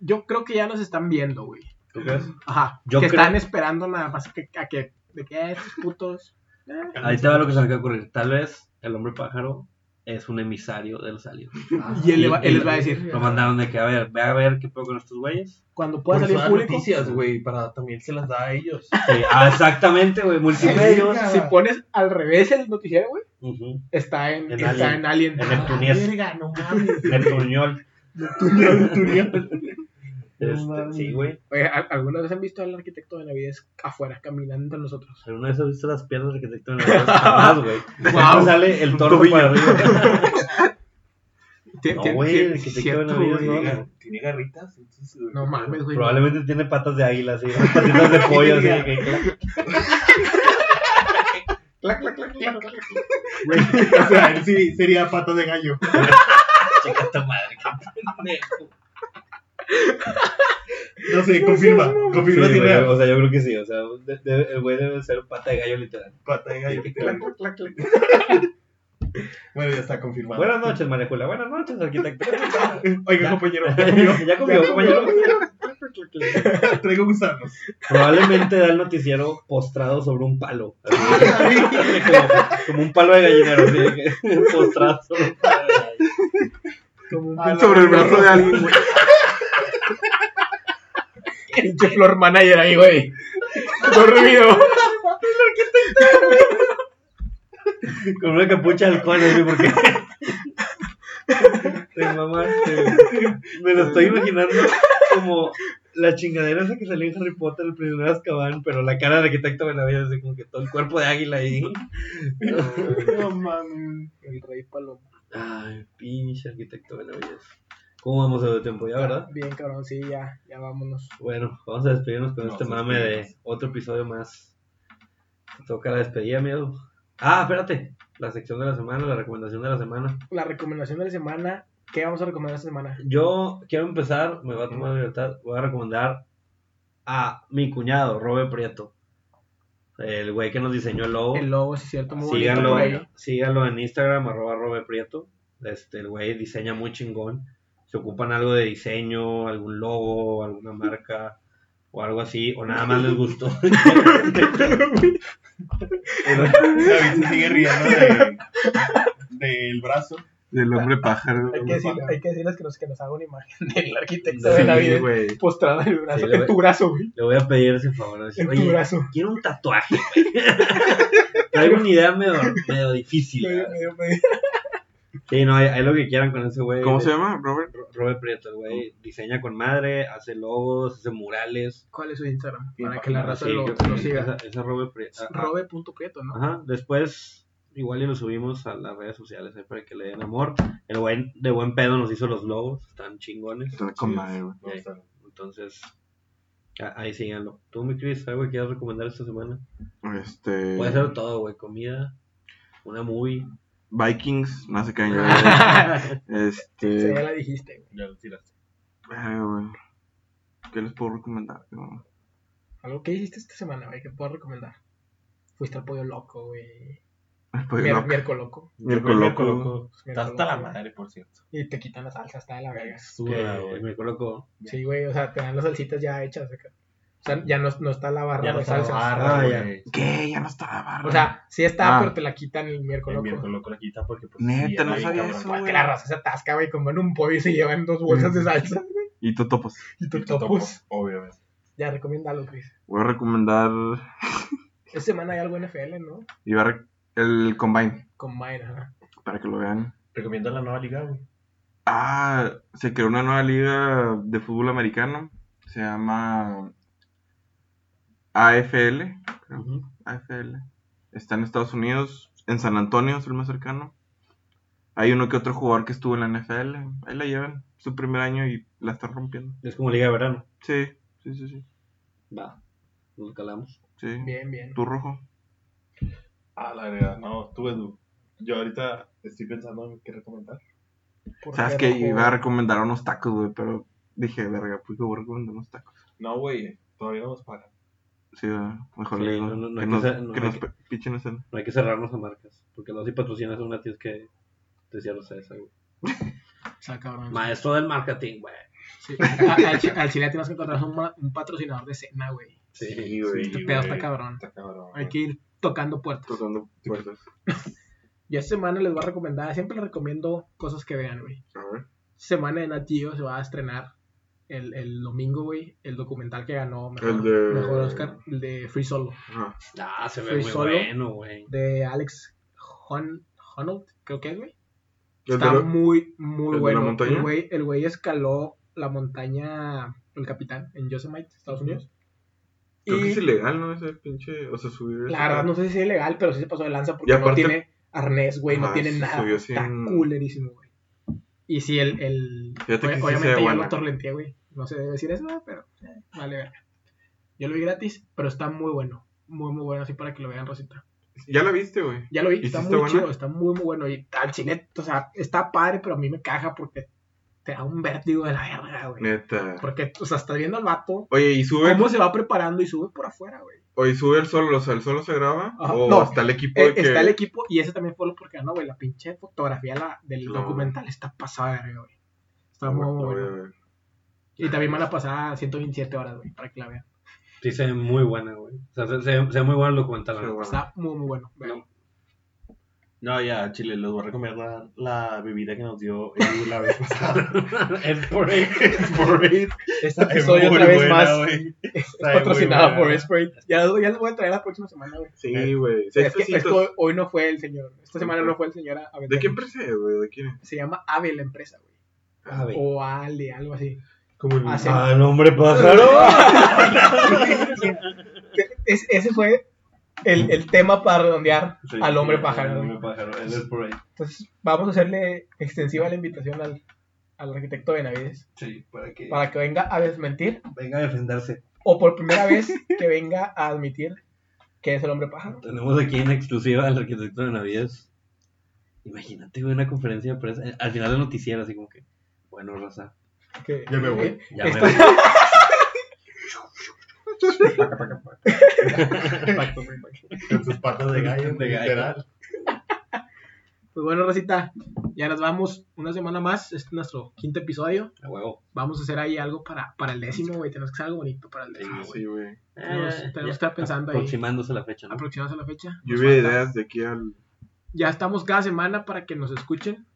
Speaker 3: Yo creo que ya nos están viendo, güey.
Speaker 2: ¿Tú crees?
Speaker 3: Ajá.
Speaker 1: Yo
Speaker 3: que
Speaker 1: creo-
Speaker 3: están esperando nada más que, a que. De que "Ah, estos putos. eh".
Speaker 1: Ahí te va lo que se me acaba de ocurrir. Tal vez el hombre pájaro es un emisario de los aliens.
Speaker 2: Ah,
Speaker 3: Y él, le va,
Speaker 1: Y-
Speaker 3: él
Speaker 1: y-
Speaker 3: les va a decir.
Speaker 1: Lo mandaron de que, a ver, ve a ver qué puedo con estos güeyes.
Speaker 3: Cuando
Speaker 2: Por
Speaker 3: pueda
Speaker 2: eso
Speaker 3: salir
Speaker 2: dan
Speaker 3: público.
Speaker 2: pues, noticias, güey, para también se las da a ellos.
Speaker 1: Sí, ah, exactamente, güey, multimedios.
Speaker 2: Sí,
Speaker 3: Si pones al revés el noticiero, güey,
Speaker 1: Ujú.
Speaker 3: está en,
Speaker 1: En
Speaker 3: está
Speaker 1: Alien.
Speaker 3: en Alien.
Speaker 1: En Neptunies.
Speaker 2: Verga, no mames.
Speaker 1: Neptuniol.
Speaker 2: mames.
Speaker 1: Este, sí, güey.
Speaker 3: Oye, ¿al- ¿Alguna vez han visto al arquitecto de Navidades afuera caminando entre nosotros?
Speaker 1: ¿Alguna vez has visto las piernas del arquitecto? de la Jamás, güey.
Speaker 3: Guau.
Speaker 1: Wow. sale el torso
Speaker 4: tobillo.
Speaker 1: para arriba.
Speaker 3: Tien-
Speaker 1: No,
Speaker 3: tien-
Speaker 1: güey,
Speaker 3: tien-
Speaker 1: el arquitecto
Speaker 3: cierto,
Speaker 1: de Navidades,
Speaker 3: güey.
Speaker 1: ¿no?
Speaker 2: Tiene garritas. Entonces,
Speaker 3: No mames, Pues, güey.
Speaker 1: Probablemente tiene patas de águila, así. ¿no? Patitas de pollo, así. de que-
Speaker 3: Clac, clac, clac, clac, clac.
Speaker 2: Güey, o sea, él sí sería pato de gallo.
Speaker 1: Chica tu madre, qué pendejo.
Speaker 2: No sé, confirma.
Speaker 1: Sí,
Speaker 2: Confirma si
Speaker 1: güey,
Speaker 2: era
Speaker 1: o sea, yo creo que sí. O sea, de- de- el güey debe ser pata de gallo literal.
Speaker 2: pata de gallo. Bueno, ya está confirmado.
Speaker 1: Buenas noches, Marejula. Buenas noches, arquitecto.
Speaker 2: Oiga,
Speaker 1: Ya.
Speaker 2: compañero,
Speaker 1: ¿Ya comió, compañero?
Speaker 2: traigo gusanos.
Speaker 1: Probablemente da el noticiero postrado sobre un palo. Así, como, como un palo de gallinero, así de que- postrado sobre un palo de gallinero.
Speaker 3: Como un
Speaker 2: Ah,
Speaker 3: pinche-
Speaker 4: Sobre el brazo de alguien, güey.
Speaker 3: pinche floor manager ahí, güey. Dormido.
Speaker 1: Con una capucha de halcón, así, porque. Te mamaste. Me lo estoy imaginando como la chingadera esa que salió en Harry Potter, el prisionero de Azkaban, pero la cara del arquitecto de la vida, así como que todo el cuerpo de águila ahí.
Speaker 2: No mames.
Speaker 3: El rey paloma.
Speaker 1: Ay, pinche arquitecto de la vida. ¿Cómo vamos a ver tiempo ya, verdad?
Speaker 3: Bien, cabrón, sí, ya, ya vámonos.
Speaker 1: Bueno, vamos a despedirnos con
Speaker 2: Nos
Speaker 1: este mame de
Speaker 2: despedimos.
Speaker 1: otro episodio más. Te toca la despedida, miedo. Ah, espérate. La sección de la semana, la recomendación de la semana.
Speaker 3: La recomendación de la semana. ¿Qué vamos a recomendar esta semana?
Speaker 1: Yo quiero empezar, me voy a tomar libertad, voy a recomendar a mi cuñado, Robert Prieto. El güey que nos diseñó el logo.
Speaker 3: El lobo, sí, es cierto, muy
Speaker 1: Oh.
Speaker 3: bonito
Speaker 1: síganlo,
Speaker 3: por ahí.
Speaker 1: síganlo en Instagram, arroba Robert Prieto. Este, el güey diseña muy chingón. Se ocupan algo de diseño, algún logo, alguna marca o algo así, o nada más les gustó.
Speaker 2: David se sigue riendo de, del brazo.
Speaker 4: Del hombre pájaro.
Speaker 3: Hay que, decir, hay que decirles que nos, que nos haga una imagen del arquitecto
Speaker 1: Sí,
Speaker 3: de la
Speaker 4: Sí,
Speaker 3: vida
Speaker 4: güey.
Speaker 3: postrado en el brazo,
Speaker 1: Sí, lo
Speaker 3: en
Speaker 1: ve-
Speaker 3: tu brazo, güey.
Speaker 1: Le voy a pedir ese favor. decir,
Speaker 3: En tu
Speaker 1: Oye,
Speaker 3: brazo.
Speaker 1: quiero un tatuaje, güey. Traigo una idea medio, medio difícil.
Speaker 3: Medio-
Speaker 1: ¿verdad?
Speaker 3: medio- medio-
Speaker 1: Sí, no, hay, hay lo que quieran con ese güey.
Speaker 4: ¿Cómo
Speaker 1: De-
Speaker 4: se llama, Robert?
Speaker 1: Ro- Robert Prieto, el güey. Diseña con madre, hace logos, hace murales.
Speaker 3: ¿Cuál es su Instagram?
Speaker 2: Sí,
Speaker 3: Para que la raza
Speaker 1: Así
Speaker 3: lo,
Speaker 1: que-
Speaker 3: lo siga.
Speaker 1: Esa, esa Robert Prieto. Ah,
Speaker 3: Robe.prieto, ¿no?
Speaker 1: Ajá, después igual y lo subimos a las redes sociales ahí para que le den amor. El buen, de buen pedo nos hizo los logos, están chingones.
Speaker 4: Está con madre, güey.
Speaker 2: No, está-
Speaker 1: Entonces, a- ahí síganlo. Tú, mi Chris, algo que quieras recomendar esta semana.
Speaker 4: Este.
Speaker 1: Puede ser todo, güey, comida, una movie.
Speaker 4: Vikings, no se caen ya.
Speaker 3: Sí, ya
Speaker 4: Este.
Speaker 3: la dijiste, güey.
Speaker 2: Ya lo tiraste.
Speaker 4: ay, güey. ¿Qué les puedo recomendar? No.
Speaker 3: Algo que hiciste esta semana, güey, que puedo recomendar. Fuiste al pollo loco, güey.
Speaker 4: El
Speaker 3: Mier-
Speaker 4: pollo loco.
Speaker 3: Miércoles loco.
Speaker 4: El
Speaker 2: Miércoles
Speaker 4: coloco.
Speaker 3: Pues,
Speaker 2: Está
Speaker 3: miércoles
Speaker 2: hasta la
Speaker 3: loco,
Speaker 2: madre, por cierto.
Speaker 3: güey. Y te quitan la salsa, está de la verga.
Speaker 1: Que
Speaker 2: Suda, güey.
Speaker 1: me coloco.
Speaker 3: Sí, güey, o sea, te dan las salsitas ya hechas acá. O sea, ya no, no está la barra
Speaker 2: Ya no
Speaker 3: de
Speaker 2: está la
Speaker 3: salsas.
Speaker 2: barra,
Speaker 1: Ah, ya.
Speaker 2: güey.
Speaker 4: ¿Qué? Ya no está la barra.
Speaker 3: O sea, sí está,
Speaker 4: Ah.
Speaker 3: pero te la quitan el miércoles
Speaker 2: El
Speaker 3: loco.
Speaker 2: miércoles loco la quita porque... Pues,
Speaker 4: Neta,
Speaker 2: sí,
Speaker 4: no
Speaker 2: ahí,
Speaker 4: sabía
Speaker 2: cabrón.
Speaker 4: eso,
Speaker 3: Pues
Speaker 4: güey.
Speaker 3: que la raza se atasca,
Speaker 4: Mm.
Speaker 3: güey, comen un pollo y se llevan dos bolsas de salsa
Speaker 4: Y pues, totopos.
Speaker 3: y
Speaker 2: Y
Speaker 3: tu
Speaker 2: tu topo,
Speaker 3: topos.
Speaker 2: Obviamente.
Speaker 3: Ya, recomiéndalo, Chris.
Speaker 4: Voy a recomendar.
Speaker 3: Esta semana hay algo NFL, ¿no?
Speaker 4: Iba a rec- el Combine,
Speaker 3: Combine, ajá.
Speaker 4: para que lo vean.
Speaker 2: Recomiendo la nueva liga, güey.
Speaker 4: Ah, se creó una nueva liga de fútbol americano. Se llama AFL. creo.
Speaker 1: Ujú.
Speaker 4: AFL. Está en Estados Unidos, en San Antonio es el más cercano. Hay uno que otro jugador que estuvo en la NFL. Ahí la llevan, su primer año y la están rompiendo.
Speaker 1: Es como Liga de Verano.
Speaker 4: Sí, sí, sí, sí.
Speaker 1: Va, nos calamos.
Speaker 4: sí.
Speaker 3: Bien, bien.
Speaker 4: Tú rojo.
Speaker 2: Ah, la verdad, no, tú, Edu. Yo ahorita estoy pensando en qué recomendar.
Speaker 3: Por
Speaker 4: Sabes
Speaker 3: ser
Speaker 4: que
Speaker 3: rojo,
Speaker 4: iba a recomendar unos tacos, güey, pero dije, verga, pues que voy a recomendar unos tacos.
Speaker 2: No, güey, todavía no nos pagan.
Speaker 4: Sí, ¿verdad? mejor
Speaker 1: Sí,
Speaker 4: le digo
Speaker 1: no, no, no
Speaker 4: que
Speaker 1: hay que
Speaker 4: nos,
Speaker 1: ser- no
Speaker 4: que
Speaker 1: hay
Speaker 4: nos
Speaker 1: que-
Speaker 4: pe- pichen ese.
Speaker 1: No hay que cerrarnos a marcas. Porque luego si patrocinas una tienes que te cierras a esa, güey.
Speaker 3: Está cabrón.
Speaker 1: Maestro del marketing, güey.
Speaker 3: Sí. A- Al, chi- al chile tienes que encontrar un, ma- un patrocinador de cena, güey.
Speaker 1: Sí.
Speaker 3: Este pedo está cabrón.
Speaker 2: Está cabrón.
Speaker 3: Hay que ir tocando puertas.
Speaker 4: Tocando puertas.
Speaker 3: Yo esta semana les voy a recomendar, siempre les recomiendo cosas que vean, güey.
Speaker 4: A ver.
Speaker 3: Semana de Nat Geo se va a estrenar el, el domingo, güey, el documental que ganó mejor,
Speaker 4: El de-
Speaker 3: mejor Oscar, el de Free Solo,
Speaker 4: Ajá.
Speaker 1: Ah, se ve
Speaker 3: Soy
Speaker 1: muy
Speaker 3: solo.
Speaker 1: bueno, güey.
Speaker 3: de Alex Hon, Honnold, creo que es, güey.
Speaker 4: El
Speaker 3: Está
Speaker 4: de lo-
Speaker 3: muy,
Speaker 4: el de
Speaker 3: muy
Speaker 4: la
Speaker 3: bueno.
Speaker 4: montaña?
Speaker 3: El güey, el güey escaló la montaña, el capitán, en Yosemite, Estados Unidos.
Speaker 4: Creo que
Speaker 3: Y
Speaker 4: es ilegal, ¿no? Ese pinche. O sea, subir. ese-
Speaker 3: la verdad, no sé si es ilegal, pero sí se pasó de lanza porque
Speaker 4: Y aparte-
Speaker 3: no tiene arnés, güey, no
Speaker 4: Ajá,
Speaker 3: tiene
Speaker 4: se
Speaker 3: nada.
Speaker 4: subió
Speaker 3: Está
Speaker 4: sin-
Speaker 3: culerísimo, güey. Y sí, el. el...
Speaker 4: Fíjate que
Speaker 3: obvi-
Speaker 4: sí se ve
Speaker 3: obviamente yo
Speaker 4: buena.
Speaker 3: lo torrenté, güey. No sé debe decir eso, pero. eh, vale, verga. Yo lo vi gratis, pero está muy bueno. Muy, muy bueno, así para que lo vean, Rosita.
Speaker 4: Ya la viste, güey.
Speaker 3: Ya lo vi,
Speaker 4: ¿Y
Speaker 3: está
Speaker 4: sí
Speaker 3: muy
Speaker 4: está buena?
Speaker 3: chido, está muy, muy bueno. Y al chile, o sea, está padre, pero a mí me caja porque te da un vértigo de la verga, güey.
Speaker 4: Neta.
Speaker 3: Porque, o sea, estás viendo al vato,
Speaker 4: Oye, ¿y sube?
Speaker 3: cómo se va preparando y sube por afuera, güey.
Speaker 4: Oye, ¿sube el solo? O sea, ¿el solo se graba?
Speaker 3: Ajá.
Speaker 4: ¿O
Speaker 3: Ah, No,
Speaker 4: está el equipo?
Speaker 3: Eh,
Speaker 4: que...
Speaker 3: Está el equipo, y ese también fue lo porque ganó, güey. La pinche fotografía la- del
Speaker 4: No.
Speaker 3: documental está pasada, de verga, güey. Está
Speaker 4: No,
Speaker 3: muy,
Speaker 4: no,
Speaker 3: muy
Speaker 4: voy Ah, a
Speaker 3: bueno.
Speaker 4: ver.
Speaker 3: Y también van a pasar 127 horas, güey, para que la vean.
Speaker 1: Sí, se ve muy buena, güey. O sea, se, se- se ve muy bueno el documental.
Speaker 4: Se
Speaker 1: la
Speaker 4: ve
Speaker 1: neta.
Speaker 4: bueno.
Speaker 3: Está muy, muy bueno. vean.
Speaker 1: No.
Speaker 2: No, ya, Chile, les voy a recomendar la, la bebida que nos dio Edu la vez pasada.
Speaker 1: Es por ahí.
Speaker 2: Sporade.
Speaker 3: Esta Este
Speaker 2: Está
Speaker 3: episodio
Speaker 2: muy
Speaker 3: otra vez
Speaker 2: buena,
Speaker 3: más
Speaker 2: güey.
Speaker 3: es
Speaker 2: Está muy
Speaker 3: patrocinada por
Speaker 2: buena.
Speaker 3: Sprite. Ya, ya les voy a traer la próxima semana, güey.
Speaker 4: Sí, güey.
Speaker 3: Es que
Speaker 4: 600.
Speaker 3: esto hoy no fue el señor. Esta semana no fue el señor a- a
Speaker 4: ¿De
Speaker 3: vender.
Speaker 4: qué empresa es, güey? ¿De quién es?
Speaker 3: Se llama Ave la empresa, güey.
Speaker 1: A ver.
Speaker 3: O Ale, algo así.
Speaker 4: Como el...
Speaker 3: Ah, sí.
Speaker 1: el hombre pájaro!
Speaker 3: E, Es- ese fue el, el tema para redondear
Speaker 1: Sí,
Speaker 3: al hombre
Speaker 1: sí,
Speaker 3: pájaro.
Speaker 1: Al
Speaker 3: güey.
Speaker 1: hombre pájaro, el Sporade.
Speaker 3: Entonces, pues, vamos a hacerle extensiva la invitación al, al arquitecto Benavides
Speaker 1: Sí, para que
Speaker 3: para que venga a desmentir
Speaker 1: venga a defenderse.
Speaker 3: o por primera vez que venga a admitir que es el hombre pájaro.
Speaker 1: Tenemos aquí en exclusiva al arquitecto de Navidez. Imagínate, güey, una conferencia de prensa. eh, Al final del noticiero, así como que. Bueno, raza.
Speaker 3: Que,
Speaker 2: Ya me voy.
Speaker 1: Ya
Speaker 3: Esto-
Speaker 1: me
Speaker 2: Con sus patas de gallo,
Speaker 1: De gallo.
Speaker 2: literal.
Speaker 3: Pues bueno, Rosita, ya nos vamos una semana más. Este es nuestro quinto episodio.
Speaker 1: A huevo.
Speaker 3: Vamos a hacer ahí algo para, para el décimo, güey. Tenemos que hacer algo bonito para el décimo.
Speaker 4: Ah,
Speaker 3: güey.
Speaker 4: sí, güey.
Speaker 3: Tenemos,
Speaker 1: Eh,
Speaker 3: tenemos que
Speaker 1: ya
Speaker 3: estar pensando ahí.
Speaker 1: Aproximándose la fecha, ¿no?
Speaker 3: Aproximados a la fecha.
Speaker 4: Yo
Speaker 3: Nos
Speaker 4: vi
Speaker 3: falta-
Speaker 4: ideas de aquí al...
Speaker 3: Ya estamos cada semana para que nos escuchen,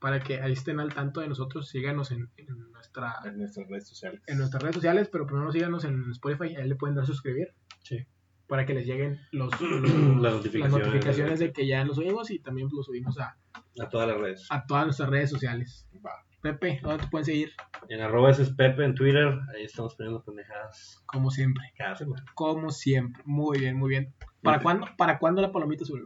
Speaker 3: para que ahí estén al tanto de nosotros. Síganos en, en nuestra
Speaker 2: En nuestras redes sociales.
Speaker 3: en nuestras redes sociales, pero primero síganos en Spotify, ahí le pueden dar suscribir.
Speaker 1: Sí.
Speaker 3: Para que les lleguen los,
Speaker 1: Las
Speaker 3: las
Speaker 1: notificaciones.
Speaker 3: notificaciones de que ya los subimos y también los subimos a,
Speaker 1: A todas las redes.
Speaker 3: a todas nuestras redes sociales.
Speaker 2: Va.
Speaker 3: Pepe, ¿dónde te pueden seguir?
Speaker 1: En arroba ese es Pepe en Twitter. Ahí estamos poniendo pendejadas
Speaker 3: Como siempre.
Speaker 1: cada semana.
Speaker 3: Como siempre. Muy bien, muy bien. ¿Para
Speaker 1: Sí.
Speaker 3: cuándo, ¿para cuándo la palomita sube?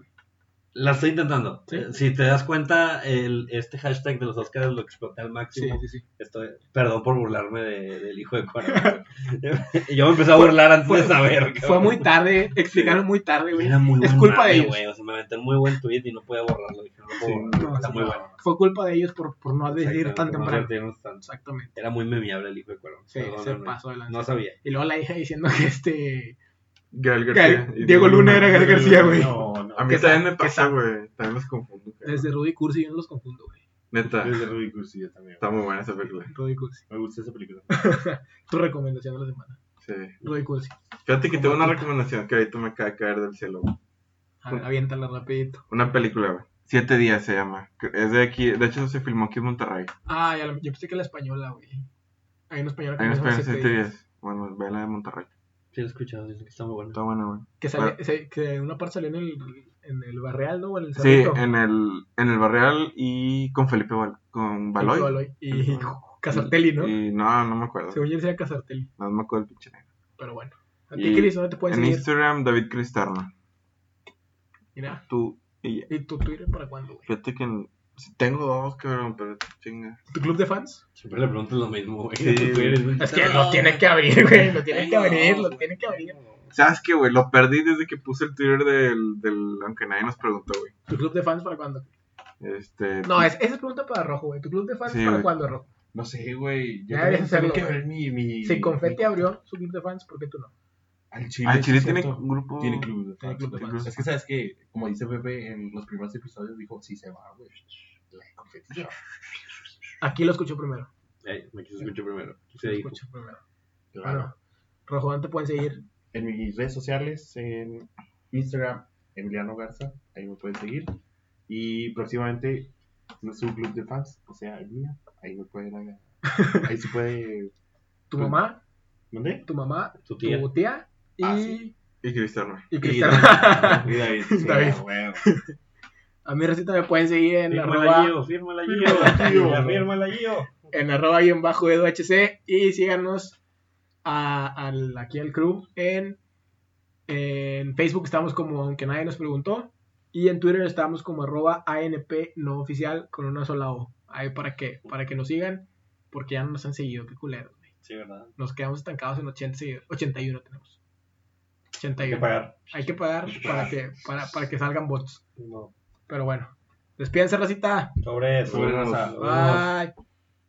Speaker 1: La estoy intentando.
Speaker 3: Sí.
Speaker 1: Eh, Si te das cuenta, el, este hashtag de los Oscars lo exploté al
Speaker 3: Sí,
Speaker 1: máximo.
Speaker 3: sí, sí.
Speaker 1: Estoy, perdón por burlarme de- del hijo de Cora. güey. Yo me empecé a burlar antes
Speaker 3: Fue-
Speaker 1: de saber.
Speaker 3: Fue
Speaker 1: cabrón.
Speaker 3: muy tarde, explicaron muy tarde, güey.
Speaker 1: Era muy
Speaker 3: es
Speaker 1: buen
Speaker 3: culpa
Speaker 1: mame,
Speaker 3: de ellos.
Speaker 1: güey. O sea, me aventé un muy buen tweet y no podía borrarlo. Dije, no lo puedo
Speaker 4: Sí,
Speaker 1: borrar.
Speaker 3: no,
Speaker 1: Está
Speaker 3: sí,
Speaker 1: muy
Speaker 3: no.
Speaker 1: bueno.
Speaker 3: Fue culpa de ellos por, por no decidir tan
Speaker 1: Exactamente, no
Speaker 3: temprano.
Speaker 1: advertirnos tanto.
Speaker 3: Exactamente.
Speaker 1: Era muy memeable el hijo de Cuervo.
Speaker 3: Sí, se pasó de lanza.
Speaker 1: No sabía.
Speaker 3: Y luego la hija diciendo que este.
Speaker 4: Gael García.
Speaker 3: Gael- Diego Luna era Gael García, güey.
Speaker 2: No, no.
Speaker 4: A
Speaker 3: que
Speaker 4: mí también
Speaker 3: sa-
Speaker 4: me
Speaker 3: que
Speaker 4: pasa,
Speaker 3: sa-
Speaker 4: güey. También los confundo. cabrón.
Speaker 3: Desde Rudy Cursi yo no los confundo, güey.
Speaker 4: Neta.
Speaker 2: Desde Rudy Cursi, yo también.
Speaker 4: Está muy buena esa película.
Speaker 3: Rudy Cursi.
Speaker 2: Me gusta esa película.
Speaker 3: Tu recomendación de la semana.
Speaker 4: Sí.
Speaker 3: Rudy Cursi.
Speaker 4: Fíjate que
Speaker 3: Como
Speaker 4: tengo una
Speaker 3: tú.
Speaker 4: recomendación que ahorita me acaba de caer del cielo. güey.
Speaker 3: A ver, aviéntala rapidito.
Speaker 4: Una película, güey. Siete días se llama. que Es de aquí. De hecho, se filmó aquí en Monterrey.
Speaker 3: Ah, ya la- yo pensé que la española, güey. Hay una española que
Speaker 4: Ahí nos
Speaker 3: se llama
Speaker 4: esperan siete días. Bueno, ve la de Monterrey.
Speaker 1: Sí, lo he escuchado, dicen que está muy bueno.
Speaker 4: Está buena, güey.
Speaker 3: Que, salió-
Speaker 4: Bueno.
Speaker 3: se- que una parte salió en el, en el barreal, ¿no? O en el
Speaker 4: Sí,
Speaker 3: Cerrito.
Speaker 4: en el, en el Barreal y con Felipe Val- con
Speaker 3: Con
Speaker 4: Baloy.
Speaker 3: Baloy. Y Casartelli, ¿no?
Speaker 4: Y no, no me acuerdo.
Speaker 3: Según yo decía Casartelli,
Speaker 4: No me acuerdo el pinche negro.
Speaker 3: pero bueno. A
Speaker 4: Y-
Speaker 3: ti, Cris, no te puedes
Speaker 4: En
Speaker 3: seguir.
Speaker 4: Instagram, David Cristerna.
Speaker 3: Mira,
Speaker 4: Tú y ya.
Speaker 3: ¿y tu Twitter para cuándo, güey?
Speaker 4: Fíjate que en- sí tengo dos, cabrón, pero chinga.
Speaker 3: ¿Tu club de fans?
Speaker 1: Siempre le preguntas lo mismo, güey.
Speaker 4: Sí,
Speaker 1: Tú
Speaker 4: güey.
Speaker 1: eres-
Speaker 3: Es que lo tiene que abrir, güey. Lo tiene que abrir, lo tiene que abrir.
Speaker 4: ¿Sabes qué, güey? Lo perdí desde que puse el Twitter del, del aunque nadie nos preguntó, güey.
Speaker 3: ¿Tu club de fans para cuándo?
Speaker 4: Este,
Speaker 3: No, es, esa es pregunta para Rojo, güey. ¿Tu club de fans
Speaker 4: Sí,
Speaker 3: para
Speaker 4: güey.
Speaker 3: cuándo, Rojo?
Speaker 2: No sé, güey. Yo
Speaker 3: Ya
Speaker 2: tengo-
Speaker 3: debes hacerlo,
Speaker 2: tengo que
Speaker 3: güey.
Speaker 2: ver mi, mi.
Speaker 3: Si Confetti
Speaker 2: mi-
Speaker 3: abrió su club de fans, ¿por qué tú no?
Speaker 2: Al Chile.
Speaker 4: ah, Chile
Speaker 2: sí,
Speaker 4: tiene
Speaker 2: cierto.
Speaker 4: grupo.
Speaker 2: Tiene club
Speaker 3: Tiene
Speaker 2: de fans,
Speaker 3: club de
Speaker 2: güey.
Speaker 4: fans.
Speaker 2: Es que sabes que, como dice Pepe en los primeros episodios, dijo: Sí, se va, güey. La de Confetti se va.
Speaker 3: Aquí lo escucho primero.
Speaker 1: Ay, me quiso escuchar primero. ¿Qué se
Speaker 3: Lo
Speaker 1: dijo?
Speaker 3: escucho primero.
Speaker 2: Claro.
Speaker 3: Bueno, Rojo, ¿dónde te pueden seguir?
Speaker 2: en mis redes sociales, en Instagram, Emiliano Garza, ahí me pueden seguir. Y próximamente su club de fans, o sea, el mío, ahí me pueden eh, ahí se puede Mm.
Speaker 3: ¿Tu mamá?
Speaker 2: ¿Dónde?
Speaker 3: ¿Tu mamá?
Speaker 1: Tu tía.
Speaker 3: ¿Tu tía? Y,
Speaker 2: Ah, sí.
Speaker 4: Y Cristerna.
Speaker 3: y
Speaker 2: Y
Speaker 3: Cristiano.
Speaker 2: David. Y David. Sí,
Speaker 3: David.
Speaker 2: a huevo.
Speaker 3: A mí recita me pueden seguir en
Speaker 1: Fírmala,
Speaker 3: arroba,
Speaker 1: Gio. Fírmala, Gio. Ya, Fírmala, Gio.
Speaker 3: en arroba y en bajo EduHC y síganos a- al, aquí al crew en, en Facebook estamos como aunque nadie nos preguntó y en Twitter estamos como arroba ANP no oficial con una sola O. Ahí para que, para que nos sigan porque ya no nos han seguido, qué culero. güey.
Speaker 1: Sí, ¿verdad?
Speaker 3: Nos quedamos estancados en 80 seguidores, 81 tenemos.
Speaker 1: Hay que
Speaker 3: 81.
Speaker 1: pagar.
Speaker 3: Hay que pagar para que, para, para que salgan bots.
Speaker 1: No.
Speaker 3: Pero bueno, despídense, recita.
Speaker 1: Sobre eso.
Speaker 4: Sobre eso.
Speaker 3: Bye.